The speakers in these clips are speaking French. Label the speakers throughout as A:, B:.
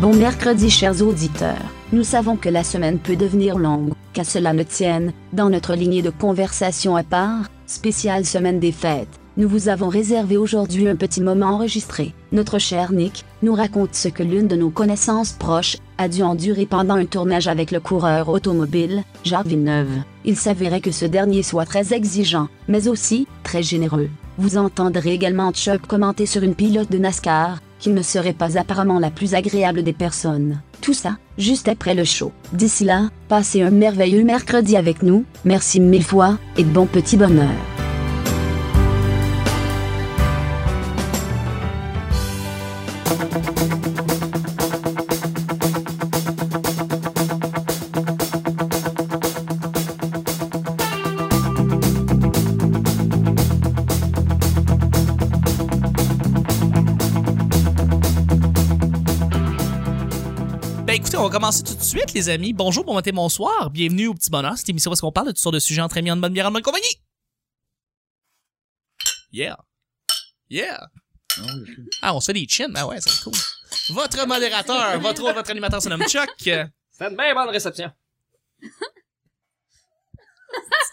A: bon mercredi chers auditeurs. Nous savons que la semaine peut devenir longue, qu'à cela ne tienne, dans notre lignée de conversation à part, spéciale semaine des fêtes, nous vous avons réservé aujourd'hui un petit moment enregistré. Notre cher Nick nous raconte ce que l'une de nos connaissances proches a dû endurer pendant un tournage avec le coureur automobile, Jacques Villeneuve. Il s'avérait que ce dernier soit très exigeant, mais aussi très généreux. Vous entendrez également Chuck commenter sur une pilote de NASCAR, qui ne serait pas apparemment la plus agréable des personnes. Tout ça, juste après le show. D'ici là, passez un merveilleux mercredi avec nous, merci mille fois, et bon petit bonheur.
B: Ben écoutez, on va commencer tout de suite, les amis. Bonjour, bon matin, bonsoir. Bienvenue au Petit Bonheur. Cette émission où est-ce qu'on parle de toutes sortes de sujets entre amis, en bonne bière, en bonne compagnie. Yeah. Yeah. Ah, on se fait des chins. Ah ouais, c'est cool. Votre modérateur, votre autre, votre animateur se nomme Chuck. Euh,
C: C'est une bien bonne réception.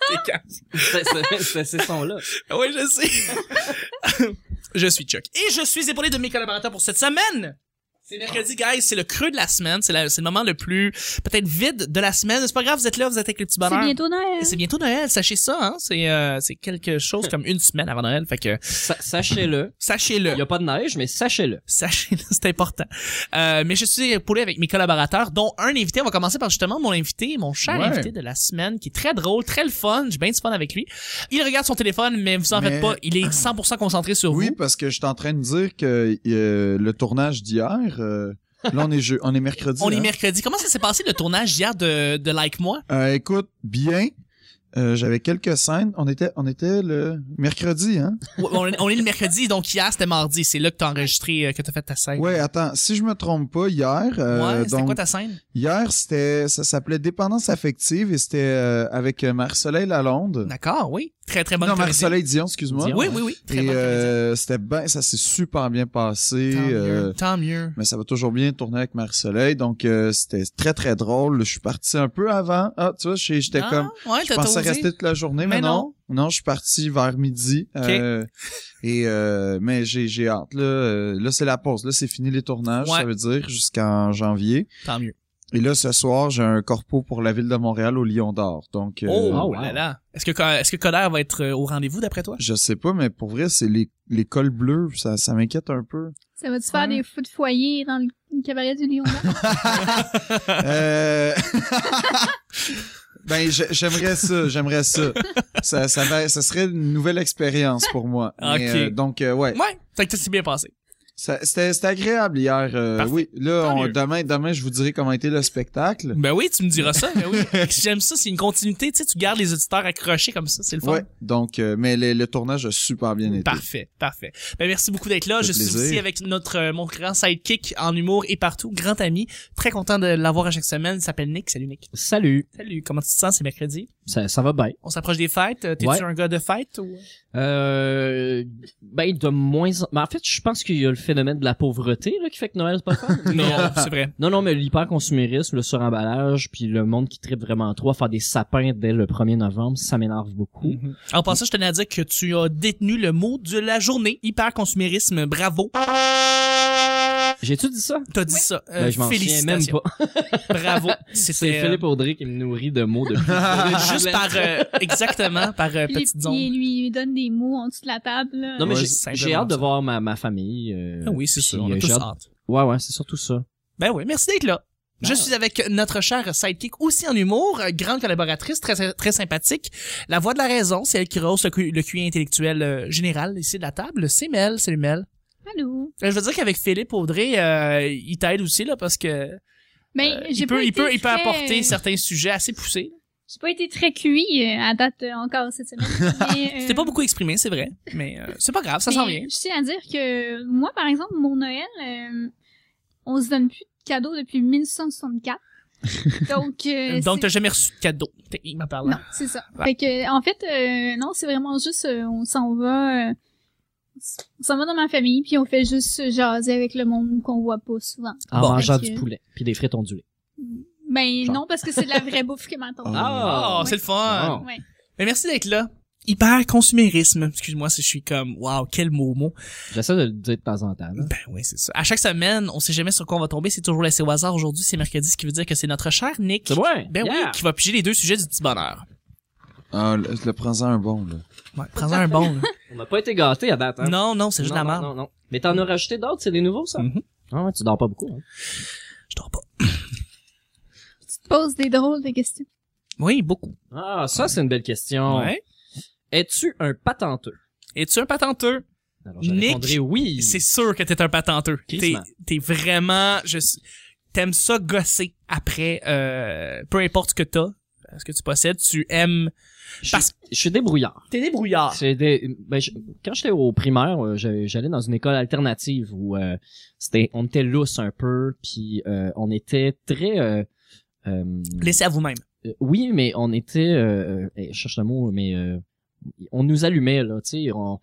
B: c'était quand-
C: C'est c'est- c'est ces sons-là.
B: Ah ouais, je sais. je suis Chuck. Et je suis épaulé de mes collaborateurs pour cette semaine. C'est mercredi, guys. C'est le creux de la semaine. C'est la- c'est le moment le plus, peut-être vide de la semaine. C'est pas grave, vous êtes là, vous êtes avec les petits bonheurs.
D: C'est bientôt Noël.
B: Et C'est bientôt Noël, sachez ça, hein. C'est euh, c'est quelque chose comme une semaine avant Noël, fait que
C: Sa- Sachez-le.
B: sachez-le.
C: Il n'y a pas de neige, mais sachez-le.
B: Sachez-le, c'est important. Euh, mais je suis épaulé avec mes collaborateurs, dont un invité. On va commencer par justement mon invité, mon cher
E: Ouais.
B: invité de la semaine, qui est très drôle, très le fun. J'ai bien du fun avec lui. Il regarde son téléphone, mais vous en
E: Mais-
B: faites pas. Il est 100% concentré sur
E: Oui,
B: vous.
E: parce que je suis en train de dire que euh, le tournage d'hier, euh, là on est jeu, on est mercredi.
B: On est
E: hein.
B: mercredi. Comment ça s'est passé le tournage hier de, de Like Moi?
E: Euh, écoute, bien. Euh, J'avais quelques scènes. On était, on était le mercredi, hein?
B: Ouais, On, est- on est le mercredi, donc hier c'était mardi. C'est là que t'as enregistré, euh, que t'as fait ta scène.
E: Ouais, attends. Si je me trompe pas, hier, euh,
B: Ouais, c'était
E: donc,
B: quoi ta scène?
E: hier, c'était, ça s'appelait Dépendance affective et c'était euh, avec euh, Marie-Soleil Lalonde.
B: D'accord, oui. Très très bonne
E: Non,
B: comédienne.
E: Marie-Soleil Dion, excuse-moi.
B: Oui, oui, oui. Très
E: Et
B: bonne comédienne.
E: euh, c'était ben, ça s'est super bien passé.
B: Tant
E: euh,
B: mieux. Tant mieux.
E: mais ça va toujours bien tourner avec Marie-Soleil. Donc, euh, c'était très, très drôle. Je suis parti un peu avant. Ah, tu vois, j'ai- j'étais
B: Ah,
E: comme...
B: ouais,
E: Je
B: t'as
E: pensais
B: osé.
E: rester toute la journée, mais,
B: Mais
E: non. non. je suis parti vers midi. euh, et euh, Mais j'ai j'ai hâte. Là, Euh, là c'est la pause. Là, c'est fini les tournages,
B: Ouais.
E: ça veut dire, jusqu'en janvier.
B: Tant mieux.
E: Et là, ce soir, j'ai un corpo pour la ville de Montréal au Lion d'Or. Donc, euh,
B: oh,
C: oh,
B: là
C: wow.
B: là. Est-ce que, est-ce que Coder va être euh, au rendez-vous d'après toi?
E: je sais pas, mais pour vrai, c'est les, les cols bleus. Ça, ça m'inquiète un peu.
D: Ça va-tu faire des fous de foyer dans le cabaret du Lion Blanc?
E: Euh, ben, je- j'aimerais ça, j'aimerais ça. Ça, ça, va- ça serait une nouvelle expérience pour moi. Mais,
B: Ok.
E: euh, donc, euh, ouais,
B: Ouais. Fait que tout s'est bien passé.
E: Ça- c'était c'était agréable hier. euh,
B: Parfait.
E: oui, là,
B: Tant
E: on-
B: mieux.
E: demain, demain, je vous dirai comment a été le spectacle.
B: Ben oui, tu me diras ça. Ben oui. J'aime ça, c'est une continuité. Tu sais, tu gardes les auditeurs accrochés comme ça. C'est le fun.
E: Ouais, donc, euh, mais le, le tournage a super bien été.
B: Parfait, parfait. Ben, merci beaucoup d'être là.
E: Ça
B: Je
E: fait
B: suis
E: plaisir.
B: aussi avec notre euh, mon grand sidekick en humour et partout, grand ami. Très content de l'avoir à chaque semaine. Il s'appelle Nick. Salut Nick.
C: Salut.
B: Salut. Comment tu te sens C'est mercredi.
C: Ça, ça va bien.
B: On s'approche des fêtes. Euh, T'es-tu
C: Ouais.
B: un gars de fête ou
C: Euh, ben, de moins en... Mais en fait, je pense qu'il y a le phénomène de la pauvreté, là, qui fait que Noël, c'est pas le fun.
B: Non, c'est vrai.
C: Non, non, mais l'hyper-consumérisme, le suremballage, puis le monde qui tripe vraiment trop à faire des sapins dès le 1er novembre, ça m'énerve beaucoup.
B: En passant, je tenais à dire que tu as détenu le mot de la journée. Hyper consumérisme. Bravo.
C: J'ai-tu dit ça?
B: T'as dit ça. Euh,
C: ben, je m'en souviens même
B: félicitations.
C: pas.
B: Bravo.
C: C'est
B: C'était
C: Philippe Audrey qui me nourrit de mots depuis...
B: euh, juste par euh, exactement par euh,
D: Puis
B: petites
D: il,
B: ondes.
D: il lui, il donne des mots en dessous de la table. Là.
C: Non, mais
B: Ouais,
C: j'ai-
B: c'est
C: j'ai
B: simplement
C: hâte de
B: ça.
C: voir ma, ma famille. euh,
B: Ah oui, c'est
C: puis,
B: sûr. On a
C: euh,
B: tous
C: j'ai hâte-
B: hâte.
C: Ouais, ouais, c'est surtout ça.
B: Ben oui, merci d'être là. Je
C: Ah.
B: suis avec notre chère sidekick, aussi en humour, euh, grande collaboratrice, très, très sympathique. La voix de la raison, c'est elle qui rehausse le, cu- le QI intellectuel euh, général ici de la table. C'est Mel, c'est Mel.
D: Allô?
B: Euh, Je veux dire qu'avec Philippe Audrey, euh, il t'aide aussi là parce que euh,
D: Mais Ben, j'ai
B: il
D: pas
B: peut, il
D: été
B: peut, il peut
D: très- euh,
B: apporter certains sujets assez poussés.
D: J'ai pas été très cuit euh, à date euh, encore cette semaine. mais,
B: Tu
D: euh,
B: t'es pas beaucoup exprimé, c'est vrai, mais euh, c'est pas grave, ça s'en
D: mais
B: vient.
D: Je tiens à dire que moi, par exemple, mon Noël, euh, on se donne plus de cadeaux depuis 1964. Donc, euh,
B: Donc
D: c'est-
B: t'as jamais reçu de cadeau, techniquement parlant.
D: Non, c'est ça.
B: Ah Ouais.
D: Fait que, en fait, euh, non, c'est vraiment juste, euh, on s'en va, euh, on On s'en va dans ma famille, puis on fait juste jaser avec le monde qu'on voit pas souvent.
F: En
B: Bon,
F: mangeant
D: fait
F: du
D: que-
F: poulet, puis des frites ondulées.
D: Ben
E: Genre.
D: non, parce que c'est de la vraie bouffe que ma tante.
B: Ah,
F: Ah,
B: c'est le fun.
F: Bon.
D: Oh, Ouais.
B: Mais merci d'être là. Hyper consumérisme. Excuse-moi si je suis comme, waouh, quel mot mot.
F: Hein? J'essaie de le dire de temps en temps. là.
B: Ben oui, c'est ça. À chaque semaine, on sait jamais sur quoi on va tomber. C'est toujours laissé au hasard. Aujourd'hui, c'est mercredi, ce qui veut dire que c'est notre cher Nick.
F: C'est vrai?
B: Ben
F: Yeah.
B: oui, qui va piger les deux sujets du petit bonheur.
E: Ah, le, le prends-en un bon, là.
B: Ouais, prends un bon. là.
F: On n'a pas été gâtés à date. Hein?
B: Non, non, c'est juste de la
F: non,
B: merde.
F: non, non. Mais t'en as rajouté d'autres, c'est des nouveaux, ça?
B: Mhm.
F: Ah ouais, tu dors pas beaucoup. Hein?
B: Je dors pas.
D: Tu te poses des drôles de questions.
B: Oui, beaucoup.
F: Ah, ça, c'est une belle question.
B: Ouais.
F: Es-tu un patenteux?
B: Es-tu un patenteux?
F: Alors, je
B: Nick,
F: répondrai oui.
B: C'est sûr que t'es un patenteux. T'es,
F: Crissement.
B: t'es vraiment, je, s- t'aimes ça gosser après, euh, peu importe ce que t'as, euh, ce que tu possèdes, tu aimes.
F: Je-
B: parce- Ah.
F: Je suis débrouillard.
B: T'es débrouillard.
F: C'est des- ben, je- quand j'étais au primaire, euh, je- j'allais dans une école alternative où euh, c'était, on était lousse un peu, puis euh, on était très... euh, euh,
B: Laissez à vous-même.
F: euh, oui, mais on était... euh, euh, eh, je cherche le mot, mais euh, on nous allumait, là, tu sais. On,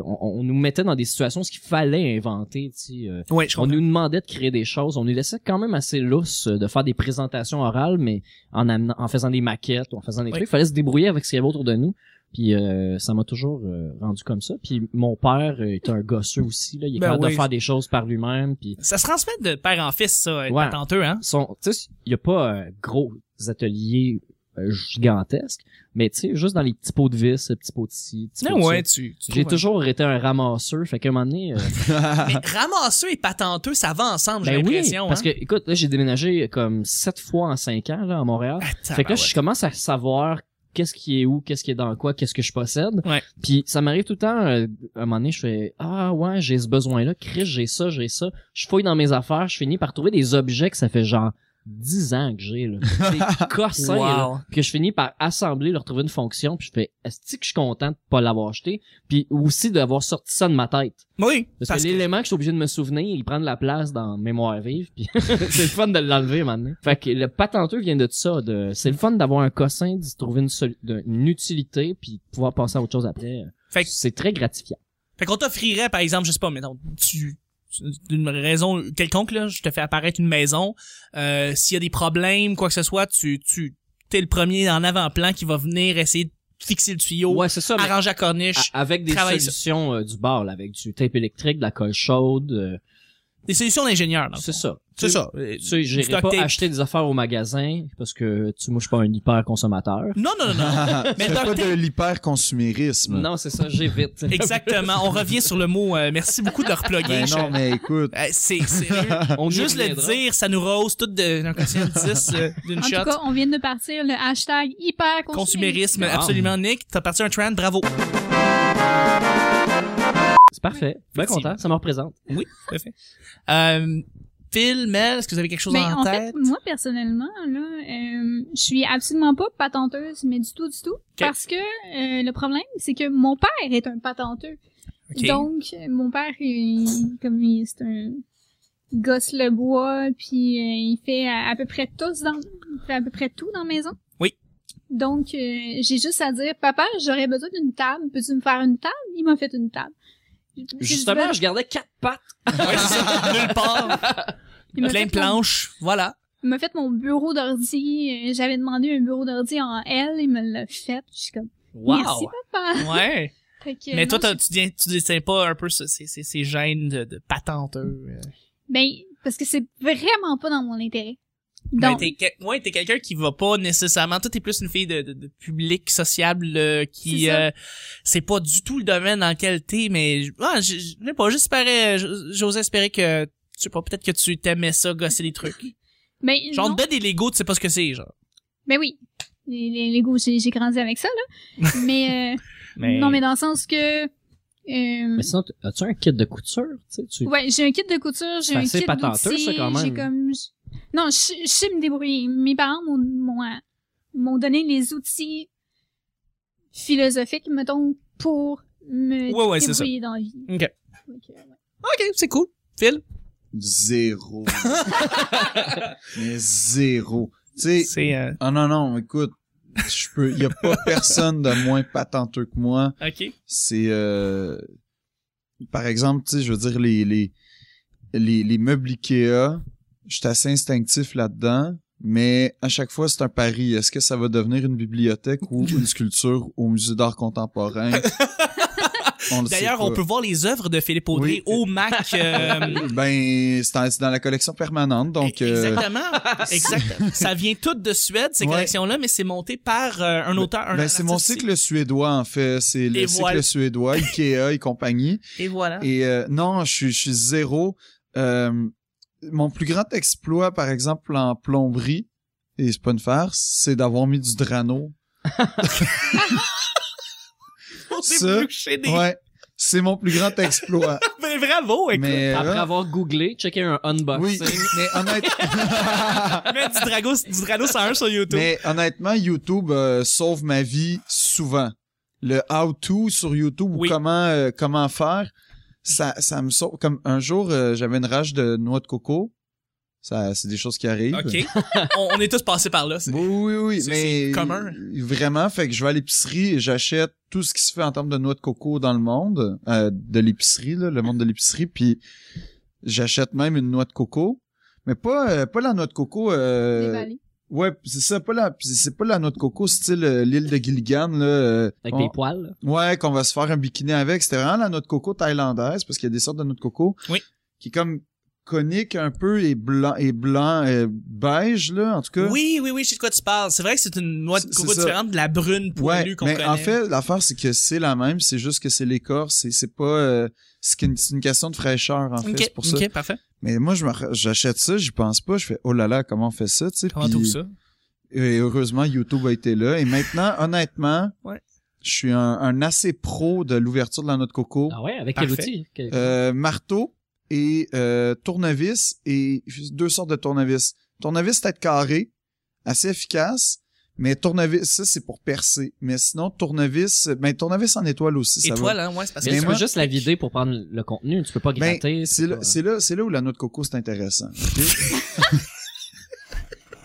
F: on, on nous mettait dans des situations ce qu'il fallait inventer, tu sais. euh,
B: Ouais, je
F: on
B: comprends.
F: nous demandait de créer des choses. On nous laissait quand même assez lousse euh, de faire des présentations orales, mais en, amenant, en faisant des maquettes, ou en faisant des
B: Oui.
F: trucs. Il fallait se débrouiller avec ce qu'il y avait autour de nous. Puis euh, ça m'a toujours euh, rendu comme ça. Puis mon père euh, est un gosseux aussi. Là. Il est
B: Ben
F: capable
B: oui.
F: de faire des choses par lui-même. Puis
B: Ça se transmet de père en fils, ça, être
F: Ouais.
B: patenteux, hein?
F: son, tu sais, il y a pas euh, gros ateliers euh, gigantesques, mais tu sais, juste dans les petits pots de vis, petits pots de ci, petits pots de
B: Non, Ah ouais,
F: ça.
B: tu, tu
F: J'ai
B: trouves,
F: toujours été un ramasseur. Fait qu'à un moment donné, euh,
B: hein. Mais ramasseux et patenteux, ça va ensemble, j'ai
F: ben oui,
B: l'impression.
F: parce
B: hein.
F: que écoute, là j'ai déménagé comme sept fois en cinq ans là à Montréal.
B: Attends,
F: Fait que là,
B: bah ouais.
F: je commence à savoir qu'est-ce qui est où, qu'est-ce qui est dans quoi, qu'est-ce que je possède.
B: Ouais.
F: Puis ça m'arrive tout le temps, euh, à un moment donné, je fais « Ah ouais, j'ai ce besoin-là, Chris, j'ai ça, j'ai ça. » Je fouille dans mes affaires, je finis par trouver des objets que ça fait genre 10 ans que j'ai. là. C'est cossin, là.
B: Wow.
F: Puis que je finis par assembler, leur trouver une fonction, puis je fais « Est-ce que je suis content de pas l'avoir acheté? » Puis aussi d'avoir sorti ça de ma tête.
B: Oui,
F: Parce,
B: parce
F: que,
B: que-
F: l'élément que je suis obligé de me souvenir, il prend de la place dans Mémoire vive, puis c'est le fun de l'enlever maintenant. Fait que le patenteux vient de ça, de c'est le fun d'avoir un cossin, d'y trouver une, solu- de- une utilité, puis de pouvoir passer à autre chose après.
B: Fait que-
F: c'est très gratifiant.
B: Fait qu'on t'offrirait, par exemple, je sais pas, mais tu d'une raison quelconque là, je te fais apparaître une maison. Euh, S'il y a des problèmes, quoi que ce soit, tu tu t'es le premier en avant-plan qui va venir essayer de fixer le tuyau,
F: Ouais, c'est ça. mais Ah,
B: arranger la corniche,
F: a- avec des
B: travaille ça.
F: solutions euh, du bord, là, avec du tape électrique, de la colle chaude, euh,
B: des solutions d'ingénieur. dans le
F: c'est
B: fond.
F: ça.
B: C'est
F: Tu-
B: ça.
F: Tu sais, j'irai
B: Stock
F: pas
B: tape.
F: acheter des affaires au magasin parce que tu moi je suis pas un hyper consommateur.
B: Non non non non. Mais
E: Mais pas
B: docteur-
E: de l'hyper-consumérisme.
F: Non, c'est ça, j'évite.
B: Exactement. On revient sur le mot. euh, merci beaucoup de le reploguer.
E: Ben non, mais écoute.
B: Euh, c'est sérieux.
F: On y
B: Juste le
F: reviendra.
B: dire, ça nous rose tout de- d'un quotient de 10 euh, d'une
D: En
B: shot.
D: tout cas, on vient de partir le hashtag hyper consumérisme.
B: Consumérisme,
F: Wow.
B: absolument, Nick. T'as parti un trend, bravo.
F: C'est parfait. Bien
B: Effectivement.
F: content, ça me représente.
B: Oui, tout à fait. Euh, Phil, Mel, est-ce que vous avez quelque chose
D: Ben,
B: en,
D: en
B: tête?
D: fait, moi personnellement, là, euh, je suis absolument pas patenteuse, mais du tout, du tout, parce que euh, le problème, c'est que mon père est un patenteux.
B: Ok.
D: Donc, euh, mon père, il- comme il, c'est un gosse le bois, puis euh, il fait à, à peu près tous dans, fait à peu près tout dans la maison.
B: Oui.
D: Donc, euh, j'ai juste à dire, papa, j'aurais besoin d'une table. Peux-tu me faire une table Il m'a fait une table. J'ai dit, Ben,
F: Justement, je gardais quatre pattes.
B: Ouais, c'est ça. Nulle part.
D: il m'a fait
B: Plein de
D: mon-
B: planches. Voilà.
D: Il m'a fait mon bureau d'ordi. Euh, J'avais demandé un bureau d'ordi en L. Il me l'a fait. Je suis comme, merci papa.
B: Ouais.
D: Fait que,
B: Mais toi,
D: non,
B: t'as- tu dis, tu détiens pas un peu ce- ces, ces, ces gènes de, de patenteux. euh.
D: je- Ben, parce que c'est vraiment pas dans mon intérêt.
B: Ben,
D: Donc,
B: t'es, que- ouais, t'es quelqu'un qui va pas nécessairement. Toi, t'es plus une fille de, de, de public sociable euh, qui,
D: C'est ça.
B: euh, c'est pas du tout le domaine dans lequel t'es. Mais j- ah, j- j- je sais pas. J'espérais, j- j'osais espérer que, tu sais pas, peut-être que tu t'aimais ça, gosser des trucs.
D: ben,
B: Genre,
D: non.
B: on te donne des Legos, tu sais pas ce que c'est, genre.
D: ben oui. Les, les Legos, j'ai j'ai grandi avec ça, là. mais, euh,
B: Mais-
D: non, mais dans le sens que, euh,
F: Mais sinon, t- as-tu un kit de couture? Tu sais, tu...
D: ouais, j'ai un kit de couture,
F: C'est
D: j'ai un
F: assez
D: kit
F: patenteux,
D: d'outils,
F: ça, quand même.
D: j'ai comme, j- non, je je sais me débrouiller. Mes parents m'ont, m'ont, euh, m'ont donné les outils philosophiques, mettons, pour me
B: Ouais, ouais, c'est ça.
D: débrouiller dans la vie.
B: Ok.
D: Donc, euh, ouais.
B: Ok, c'est cool. Phil.
E: Zéro. mais zéro. Tu sais,
B: C'est. euh,
E: ah non, non, écoute, je peux, il y a pas personne de moins patenteux que moi.
B: Ok.
E: C'est, euh, par exemple, tu sais, je veux dire, les, les, les, les meubles Ikea, je suis assez instinctif là-dedans, mais à chaque fois, c'est un pari. Est-ce que ça va devenir une bibliothèque ou une sculpture au musée d'art contemporain? On le sait
B: D'ailleurs, on
E: pas.
B: peut voir les œuvres de Philippe Audrey
E: Oui.
B: au Mac. euh,
E: Ben, c'est dans, c'est dans la collection permanente, donc... euh,
B: E-, Exactement. Exactement. Ça vient tout de Suède, ces
E: Ouais.
B: collections-là, mais c'est monté par euh, un auteur, un
E: ben, c'est mon
B: artiste
E: cycle suédois, en fait. C'est le
B: Et
E: cycle
B: voilà.
E: suédois, Ikea et compagnie.
B: Et voilà.
E: Et euh, non, je suis, je suis zéro. Euh, mon plus grand exploit, par exemple, en plomberie, et c'est pas une farce, c'est d'avoir mis du drano.
B: On s'est
E: ça,
B: bouché des...
E: Ouais, c'est mon plus grand exploit.
B: Ben, bravo, écoute. Mais...
E: mais,
C: Après
E: euh,
C: avoir googlé, checker un
E: oui,
C: unboxing.
E: mais, honnête-
B: du Drago, du Drano 101 sur YouTube.
E: mais honnêtement, YouTube euh, sauve ma vie souvent. Le how-to sur YouTube ou
B: Oui.
E: comment euh, comment faire, ça, ça me sauve. Comme un jour, euh, j'avais une rage de noix de coco. Ça, c'est des choses qui arrivent.
B: OK. on, on est tous passés par là. c'est-
E: Oui, oui, oui,
B: c'est-
E: mais
B: c'est commun.
E: vraiment, fait que je vais à l'épicerie et j'achète tout ce qui se fait en termes de noix de coco dans le monde, euh, de l'épicerie, là, le monde de l'épicerie, puis j'achète même une noix de coco, mais pas euh, pas la noix de coco.
D: Des
E: Euh,
D: vallées.
E: ouais, c'est ça, pas la, puis c'est pas la noix de coco style euh, l'île de Gilligan là. euh,
C: Avec
E: on-
C: des poils.
E: Ouais, qu'on va se faire un bikini avec. C'était vraiment la noix de coco thaïlandaise, parce qu'il y a des sortes de noix de coco
B: Oui.
E: qui est comme conique un peu et blanc et blanc euh, beige là en tout cas
B: Oui, oui, oui, je sais de quoi tu parles. C'est vrai que c'est une noix de
E: C'est-
B: coco
E: c'est ça.
B: différente de la brune poilue qu'on
E: mais
B: connaît.
E: en fait, l'affaire, c'est que c'est la même, c'est juste que c'est l'écorce, c'est, c'est pas... euh, c'est, qu'une- c'est une question de fraîcheur, en
B: OK,
E: fait, c'est pour ça.
B: OK, parfait.
E: Mais moi, je me- j'achète ça, j'y pense pas, je fais « Oh là là, comment on fait ça? » tu sais,
B: Comment
E: puis-
B: trouve ça?
E: Et heureusement, YouTube a été là. Et maintenant, honnêtement,
B: Ouais.
E: je suis un, un assez pro de l'ouverture de la noix de coco.
C: Ah ouais, avec
B: Parfait.
C: quel outil? Que-
E: Euh, marteau et euh, tournevis et deux sortes de tournevis. Tournevis tête carrée, assez efficace, mais tournevis ça c'est pour percer. Mais sinon tournevis, mais tournevis en étoile aussi ça
B: Étoile,
E: va.
B: hein, ouais, c'est parce
C: Mais
B: que...
E: Mais
C: tu
E: moi-
C: peux juste la vider pour prendre le contenu. Tu peux pas
E: Ben,
C: gratter.
E: c'est là,
C: pas-
E: c'est là, c'est là où la noix de coco c'est intéressant. ok?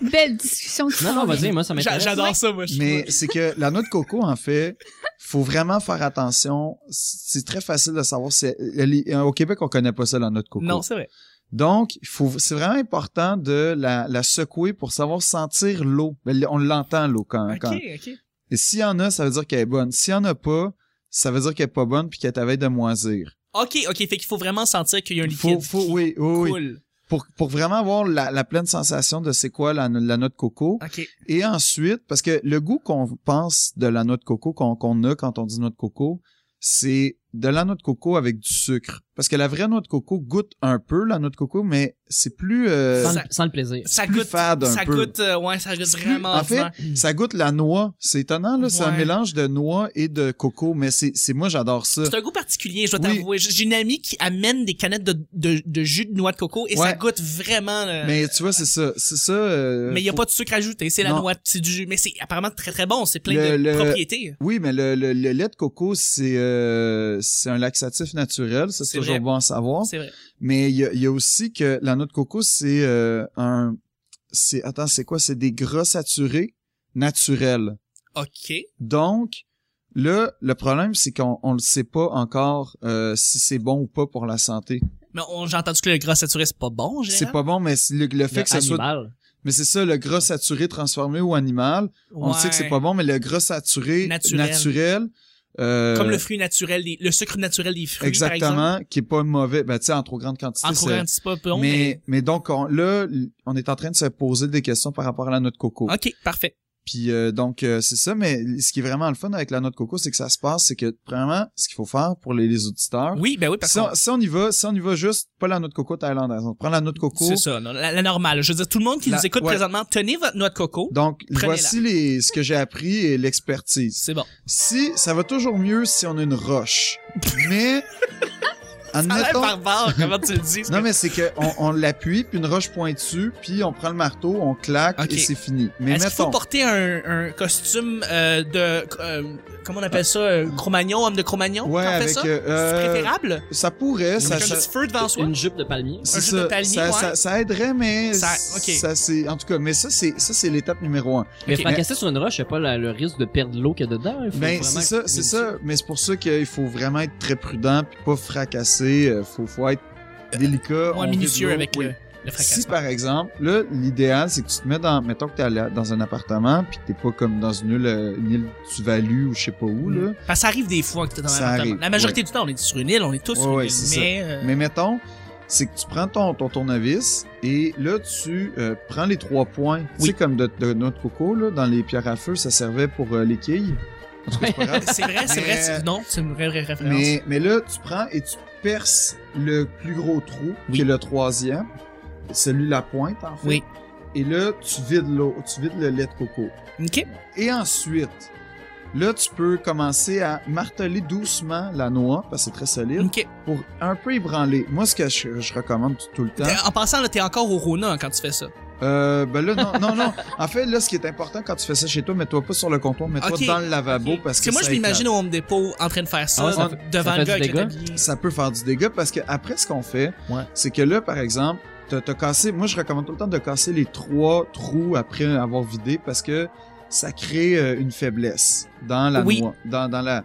D: Belle discussion. qui
C: Non,
D: s'en
C: non,
D: vient.
C: vas-y, moi, ça
B: J'a-
C: m'intéresse.
B: J'adore ça, moi. je-
E: mais c'est que la noix de coco en fait, faut vraiment faire attention. C'est très facile de savoir. Si elle est- au Québec on connaît pas ça la noix de coco.
B: Non, c'est vrai.
E: Donc, il faut, c'est vraiment important de la, la secouer pour savoir sentir l'eau. Ben, on l'entend l'eau quand,
B: OK,
E: quand.
B: OK.
E: Et s'il y en a, ça veut dire qu'elle est bonne. S'il y en a pas, ça veut dire qu'elle est pas bonne puis qu'elle est à veille de moisir.
B: OK, OK, fait qu'il faut vraiment sentir qu'il y a un
E: Faut,
B: liquide
E: faut, oui, oui,
B: qui
E: oui.
B: coule.
E: Pour, pour vraiment avoir la, la pleine sensation de c'est quoi la, la noix de coco.
B: OK.
E: Et ensuite, parce que le goût qu'on pense de la noix de coco, qu'on qu'on a quand on dit noix de coco, c'est de la noix de coco avec du sucre. Parce que la vraie noix de coco goûte un peu la noix de coco, mais c'est plus... euh,
C: Sans, le- sans le plaisir.
B: Ça
E: plus
B: goûte,
E: fade un
B: ça
E: peu.
B: goûte, euh, ouais, ça goûte
E: C'est plus-
B: vraiment
E: en fait,
B: ordinaire.
E: ça goûte la noix. C'est étonnant, là. C'est un
B: Ouais.
E: mélange de noix et de coco, mais c'est, c'est moi, j'adore ça.
B: C'est un goût particulier, je dois
E: Oui.
B: t'avouer. J'ai j'ai une amie qui amène des canettes de, de, de jus de noix de coco et ça
E: Ouais.
B: goûte vraiment. euh,
E: Mais tu vois, c'est ça. C'est ça. euh,
B: mais il n'y a pas de sucre ajouté, c'est la
E: Non.
B: noix, c'est du jus. Mais c'est apparemment très très bon, c'est plein
E: Le-
B: de
E: le-
B: propriétés.
E: Oui, mais le, le, le lait de coco, c'est, euh, c'est un laxatif naturel. Ça,
B: C'est
E: c'est toujours
B: vrai.
E: bon à savoir.
B: C'est vrai.
E: Mais il y a, il y a aussi que la noix de coco, c'est euh, un. C'est, attends, c'est quoi? C'est des gras saturés naturels.
B: OK.
E: Donc, là, le problème, c'est qu'on on le sait pas encore euh, si c'est bon ou pas pour la santé.
B: Mais on- j'ai entendu que le gras saturé, c'est pas bon, en
E: C'est
B: général.
E: pas bon, mais c'est le, le fait
C: Le
E: que ça soit...
C: animal.
E: Mais c'est ça, le gras saturé transformé ou animal, on
B: Ouais.
E: sait que c'est pas bon, mais le gras saturé
B: Naturel.
E: naturel, euh,
B: Comme le fruit naturel, des- le sucre naturel des fruits, par exemple.
E: exactement, qui est pas mauvais, ben tu sais, en trop grande quantité,
B: En
E: c'est-
B: trop grand, c'est pas bon, mais...
E: mais, mais donc, on, là, on est en train de se poser des questions par rapport à la noix de coco.
B: OK, parfait.
E: Puis euh, donc euh, c'est ça, mais ce qui est vraiment le fun avec la noix de coco, c'est que ça se passe, c'est que premièrement, ce qu'il faut faire pour les, les auditeurs,
B: Oui, ben oui, parce
E: si,
B: que
E: on, si on y va, si on y va juste pas la noix de coco thaïlandaise, on prend la noix de coco,
B: c'est ça, non, la, la normale. Je veux dire, tout le monde qui
E: La-
B: nous écoute
E: ouais.
B: présentement, tenez votre noix de coco.
E: Donc,
B: Prenez-la.
E: voici les, ce que j'ai appris et l'expertise.
B: C'est bon.
E: Si, ça va toujours mieux si on a une roche. Mais,
B: Ça a l'air
E: Admettons.
B: barbare, comment tu le dis.
E: Non, mais c'est qu'on on, l'appuie, puis une roche pointe dessus, puis on prend le marteau, on claque,
B: Ok.
E: et c'est fini. Mais
B: Est-ce qu'il faut
E: mettons,
B: porter un, un costume euh, de... euh, comment on appelle ça? euh, Cro-Magnon, homme de Cro-Magnon?
E: Ouais,
B: quand on fait
E: avec,
B: ça?
E: euh,
B: C'est
E: euh,
B: préférable?
E: ça pourrait, ça,
B: Avec un
E: ça,
B: petit feu devant soi?
C: Une jupe de palmier.
E: c'est
B: un jeu de
E: ça,
B: palier,
E: ça,
B: ouais.
E: ça- ça aiderait, mais
B: Ça-
E: ça,
B: ok.
E: c'est, en tout cas, mais ça c'est, ça c'est l'étape numéro un.
C: Mais
B: Ok.
C: fracasser sur une roche, c'est pas la- le risque de perdre l'eau qu'il y a dedans. Il faut
E: Ben
C: vraiment
E: c'est ça,
C: que-
E: c'est ça, mais c'est pour ça qu'il faut vraiment être très prudent, puis pas fracasser, euh, faut, faut être délicat.
B: Moins
E: on
B: Euh, minutieux
E: vide
B: avec
E: l'eau,
B: le,
E: oui.
B: le
E: Si
B: fracassement.
E: par exemple, là, l'idéal c'est que tu te mets dans, mettons que t'es à la- dans un appartement, puis que t'es pas comme dans une île, euh, une île du Valu ou je sais pas où là.
B: Parce que ça arrive des fois que t'es dans
E: Ça
B: un appartement.
E: arrive,
B: La majorité du temps, on est sur une île, on est tous
E: Ouais,
B: sur une
E: ouais,
B: île.
E: c'est ça.
B: Mais, euh,
E: Mais mettons, c'est que tu prends ton, ton tournevis et là, tu euh, prends les trois points. Tu sais, comme de, de notre coco, là, dans les pierres à feu, ça servait pour euh, les quilles. En tout cas, c'est pas grave.
B: c'est vrai, c'est vrai.
E: Mais-
B: c'est- Non, c'est une vraie, vraie référence.
E: mais, mais là, tu prends et tu perces le plus gros trou, qui est le troisième, celui la pointe, en fait.
B: Oui.
E: Et là, tu vides l'eau, tu vides le lait de coco.
B: OK.
E: Et ensuite, là, tu peux commencer à marteler doucement la noix, parce que c'est très solide,
B: OK.
E: pour un peu ébranler. Moi, ce que je, je recommande tout- tout le temps,
B: T'es- En passant, là, t'es encore au Rona hein, quand tu fais ça.
E: Euh, ben là, non, non, non. En fait, là, ce qui est important quand tu fais ça chez toi, mets-toi pas sur le comptoir, mets-toi
B: Ok.
E: dans le lavabo
B: Ok.
E: parce que
B: moi,
E: ça
B: je m'imagine au Home Depot en train de faire ça,
C: Ah ouais, ça
B: en-
C: fait-
B: devant
C: ça fait
B: le gars
C: du
B: avec le
C: dégât?
B: tablier.
E: éclate. Ça peut faire du dégât parce que après, ce qu'on fait,
C: Ouais.
E: c'est que là, par exemple, t'as t'as cassé. Moi, je recommande tout le temps de casser les trois trous après avoir vidé parce que ça crée euh, une faiblesse dans la
B: Oui.
E: noix, dans, dans la.